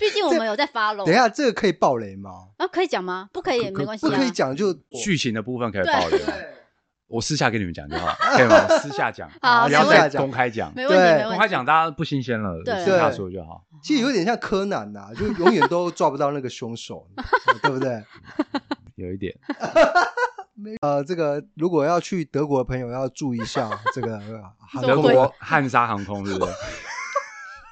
Speaker 1: 毕竟我们有在 follow。
Speaker 2: 等一下，这个可以爆雷吗？
Speaker 1: 啊，可以讲吗？不可以也
Speaker 3: 可
Speaker 1: 没关系
Speaker 2: 不
Speaker 1: 啊。
Speaker 2: 可以讲就
Speaker 3: 剧情的部分可以
Speaker 1: 对
Speaker 3: 爆雷吗， 我私下跟你们讲就好，可以吗？我私下讲，
Speaker 1: 好
Speaker 3: 不要
Speaker 2: 私下
Speaker 3: 再
Speaker 2: 讲
Speaker 3: 公开讲。
Speaker 1: 没问题，
Speaker 2: 对
Speaker 1: 没
Speaker 3: 公
Speaker 1: 问
Speaker 3: 开
Speaker 1: 题。
Speaker 3: 讲大家不新鲜了，
Speaker 1: 对
Speaker 3: 私下说就好。
Speaker 2: 其实有点像柯南呐、就永远都抓不到那个凶手， 对不对？
Speaker 3: 有一点，
Speaker 2: 呃，这个如果要去德国的朋友要注意一下这个 呃航
Speaker 1: 怎么
Speaker 3: 德
Speaker 2: 空
Speaker 1: 会
Speaker 3: 国
Speaker 2: 公。
Speaker 3: 汉莎航空是不是？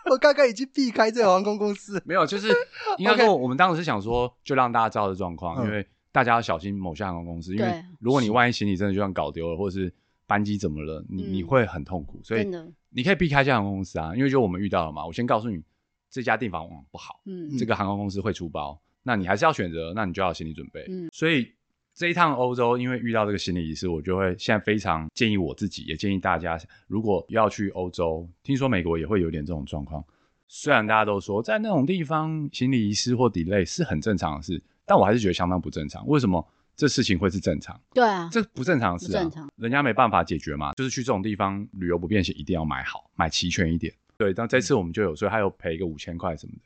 Speaker 2: 我刚刚已经避开这个航空公司。
Speaker 3: 没有，就是应该说我们当时是想说，就让大家知道的状况，
Speaker 2: 嗯
Speaker 3: 因为大家要小心某些航空公司，因为
Speaker 1: 对
Speaker 3: 如果你万一行李真的就算搞丢了，或者是班机怎么了，你你
Speaker 1: 嗯
Speaker 3: 会很痛苦，所以
Speaker 1: 真的，
Speaker 3: 你可以避开这家航空公司啊，因为就我们遇到了嘛。我先告诉你，这家订房网不好，
Speaker 1: 嗯
Speaker 3: 这个航空公司会出包，那你还是要选择，那你就要有心理准备。
Speaker 1: 嗯
Speaker 3: 所以这一趟欧洲，因为遇到这个心理医师，我就会现在非常建议我自己，也建议大家，如果要去欧洲，听说美国也会有点这种状况。虽然大家都说在那种地方心理遗失或 delay 是很正常的事，但我还是觉得相当不正常。为什么这事情会是正常？
Speaker 1: 对啊，
Speaker 3: 这不正常的事、啊，
Speaker 1: 不正常，
Speaker 3: 人家没办法解决嘛。就是去这种地方旅游不便携，一定要买好，买齐全一点。对，但
Speaker 1: 嗯
Speaker 3: 这次我们就有，所以他有赔个五千块什么的。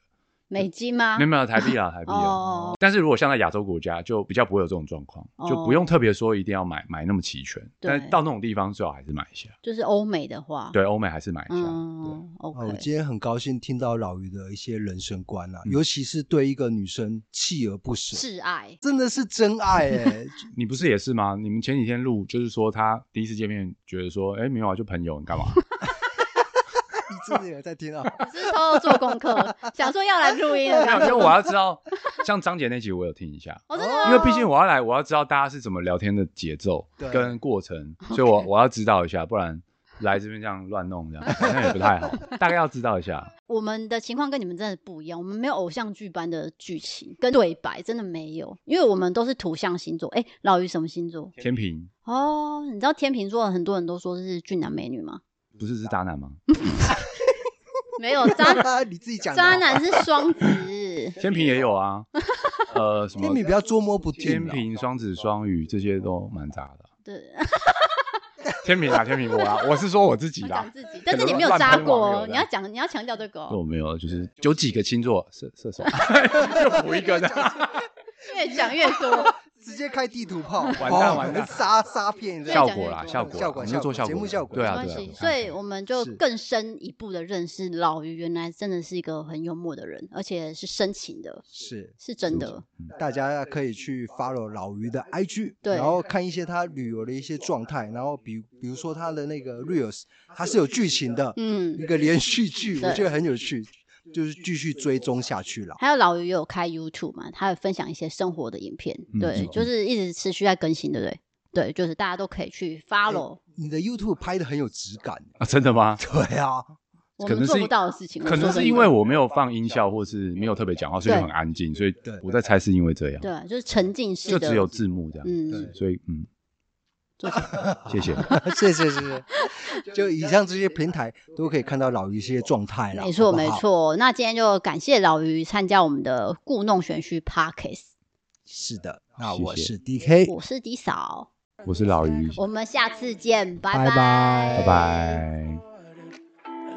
Speaker 1: 美金吗
Speaker 3: 没？有没有台币 啦，台币啦
Speaker 1: 啊
Speaker 2: 嗯
Speaker 1: 哦。
Speaker 3: 但是如果像在亚洲国家，就比较不会有这种状况，就不用特别说一定要买买那么齐全。
Speaker 1: 哦对
Speaker 3: 但到那种地方最好还是买一下。
Speaker 1: 就是欧美的话，，
Speaker 3: 对，欧美还是买一下。对，
Speaker 1: 嗯
Speaker 2: 哦，我
Speaker 1: ，OK，
Speaker 2: 今天很高兴听到老于的一些人生观啊，
Speaker 3: 嗯
Speaker 2: 尤其是对一个女生锲而不舍，
Speaker 1: 挚爱，
Speaker 2: 真的是真爱哎、 就
Speaker 3: 你不是也是吗？你们前几天录就是说他第一次见面，觉得说，哎，没有啊，就朋友，你干嘛？
Speaker 2: 你真的有 在听啊？
Speaker 1: 只是偷偷做功课，想说要来录音的
Speaker 3: 没有，
Speaker 1: 感
Speaker 3: 因为
Speaker 1: 觉。
Speaker 3: 我要知道，像张姐那集我有听一下。
Speaker 1: 哦，真的吗，
Speaker 3: 因为毕竟我要来，我要知道大家是怎么聊天的节奏
Speaker 2: 对
Speaker 3: 跟过程，所以我我要知道一下，不然来这边这样乱弄这样，好像也不 太好。大概要知道一下。
Speaker 1: 我们的情况跟你们真的不一样，我们没有偶像剧般的剧情跟对白，真的没有，因为我们都是土象星座。哎，老于什么星座？
Speaker 3: 天平
Speaker 1: 哦，你知道天秤座很多人都说是俊男美女吗？
Speaker 3: 不是是渣男吗？
Speaker 1: 没有 渣
Speaker 2: 你自己讲的啊
Speaker 1: 渣男是双子，
Speaker 3: 天平也有啊，呃，什么
Speaker 2: 天平比较捉摸不定
Speaker 3: 天
Speaker 2: 啊，
Speaker 3: 平、双子、双鱼这些都蛮杂的。
Speaker 1: 对，
Speaker 3: 天平啊，天平我啊，我是说我自己
Speaker 1: 我
Speaker 3: 啦
Speaker 1: 讲，自己，但是你没有渣过哦，你要讲，你要强调这个哦，
Speaker 3: 我没有，就是有几个星座射射手，又补一个的，
Speaker 1: 越讲越多。
Speaker 2: 直接开地图炮，
Speaker 3: 完
Speaker 2: 哇
Speaker 3: 蛋完 蛋
Speaker 2: 杀杀骗人
Speaker 1: 越
Speaker 3: 效
Speaker 1: 讲
Speaker 3: 果啦，效果啦，
Speaker 2: 效果
Speaker 3: 我们就做
Speaker 2: 效果
Speaker 3: 效
Speaker 2: 节
Speaker 3: 果，
Speaker 2: 目效果
Speaker 3: 对啊，
Speaker 1: 没关
Speaker 3: 对啊
Speaker 1: 系
Speaker 3: 对，啊。
Speaker 1: 所以我们就是更深一步的认识老于，原来真的是一个很幽默的人，而且是深情的，
Speaker 2: 是。
Speaker 1: 是真的。
Speaker 2: 大家可以去 follow 老于的 IG，
Speaker 1: 对
Speaker 2: 然后看一些他旅游的一些状态，然后比比如说他的那个 reels，它是有剧情的，一
Speaker 1: 嗯，
Speaker 2: 个连续剧，
Speaker 1: 对
Speaker 2: 我觉得很有趣，就是继续追踪下去了。
Speaker 1: 还有老于有开 YouTube 嘛，他有分享一些生活的影片，
Speaker 3: 嗯
Speaker 1: 对，
Speaker 3: 嗯
Speaker 1: 就是一直持续在更新，对不对？对，就是大家都可以
Speaker 3: 哎
Speaker 1: 去 follow。
Speaker 2: 你的 YouTube 拍的很有质感，
Speaker 3: 啊，真的吗？
Speaker 2: 对啊，
Speaker 1: 我
Speaker 3: 可能
Speaker 1: 们做
Speaker 3: 是
Speaker 1: 不到的事情，
Speaker 3: 可能
Speaker 1: 说真
Speaker 3: 是
Speaker 1: 的
Speaker 3: 因为我没有放音效，或是没有特别讲话，所以
Speaker 1: 对
Speaker 3: 很安静，所以
Speaker 2: 对
Speaker 3: 我在猜是因为这样，
Speaker 1: 对，就是沉浸式
Speaker 3: 就
Speaker 1: 的，
Speaker 3: 只有字幕这样，
Speaker 1: 嗯，
Speaker 3: 所以嗯，谢谢。
Speaker 2: 谢谢谢谢，就以上这些平台都可以看到老于一些状态了，
Speaker 1: 没错
Speaker 2: 好不
Speaker 1: 没
Speaker 2: 好，
Speaker 1: 错。那今天就感谢老于参加我们的故弄玄虚 podcast，
Speaker 2: 是的，那我
Speaker 3: 谢谢
Speaker 2: 是 DK，
Speaker 1: 我是迪嫂，
Speaker 3: 我是老于，
Speaker 1: 我们下次见，拜
Speaker 2: 拜拜
Speaker 3: 拜拜。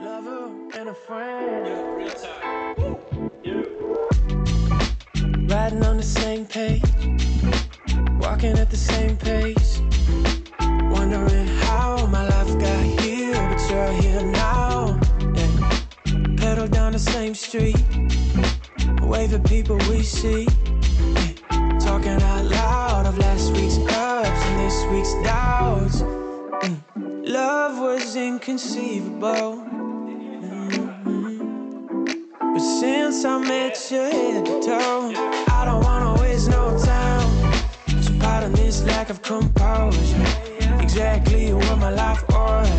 Speaker 4: A lover and a friend. Riding on the same page, walking at the same pace. Wondering how my life got here, but you're here now. Yeah. Pedal down the same street, wave at people we see. Yeah. Talking out loud of last week's ups and this week's downs. Mm. Love was inconceivable. Mhm. But since I met you head to toe, I don't wanna waste no time. So pardon this lack of composure. Ex- exactly what my life was.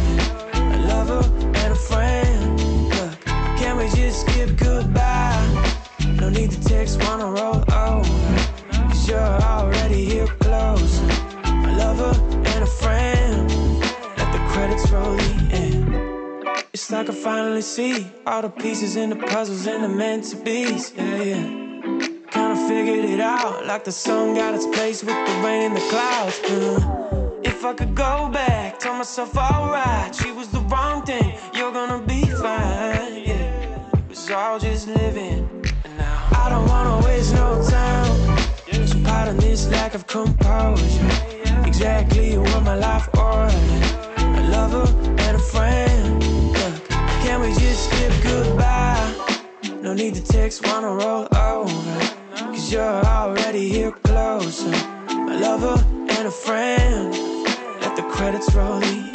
Speaker 4: A lover and a friend. Look, can we just skip goodbye? No need to text, wanna roll over. Cause you're already here close. A lover and a friend. Let the credits roll the end. It's like I finally see all the pieces and the puzzles and the meant to be's. Yeah, yeah. Kinda figured it out, like the sun got its place with the rain and the clouds. uh. If I could go back, tell myself, alright, she was the wrong thing, you're gonna be fine. Yeah, it was all just living. And now I don't wanna waste no time. So pardon this lack of composure. Exactly what my life ordered. A lover and a friend. Look, can we just skip goodbye? No need to text, wanna roll over. Cause you're already here closer. My lover and a friend. Let the credits roll the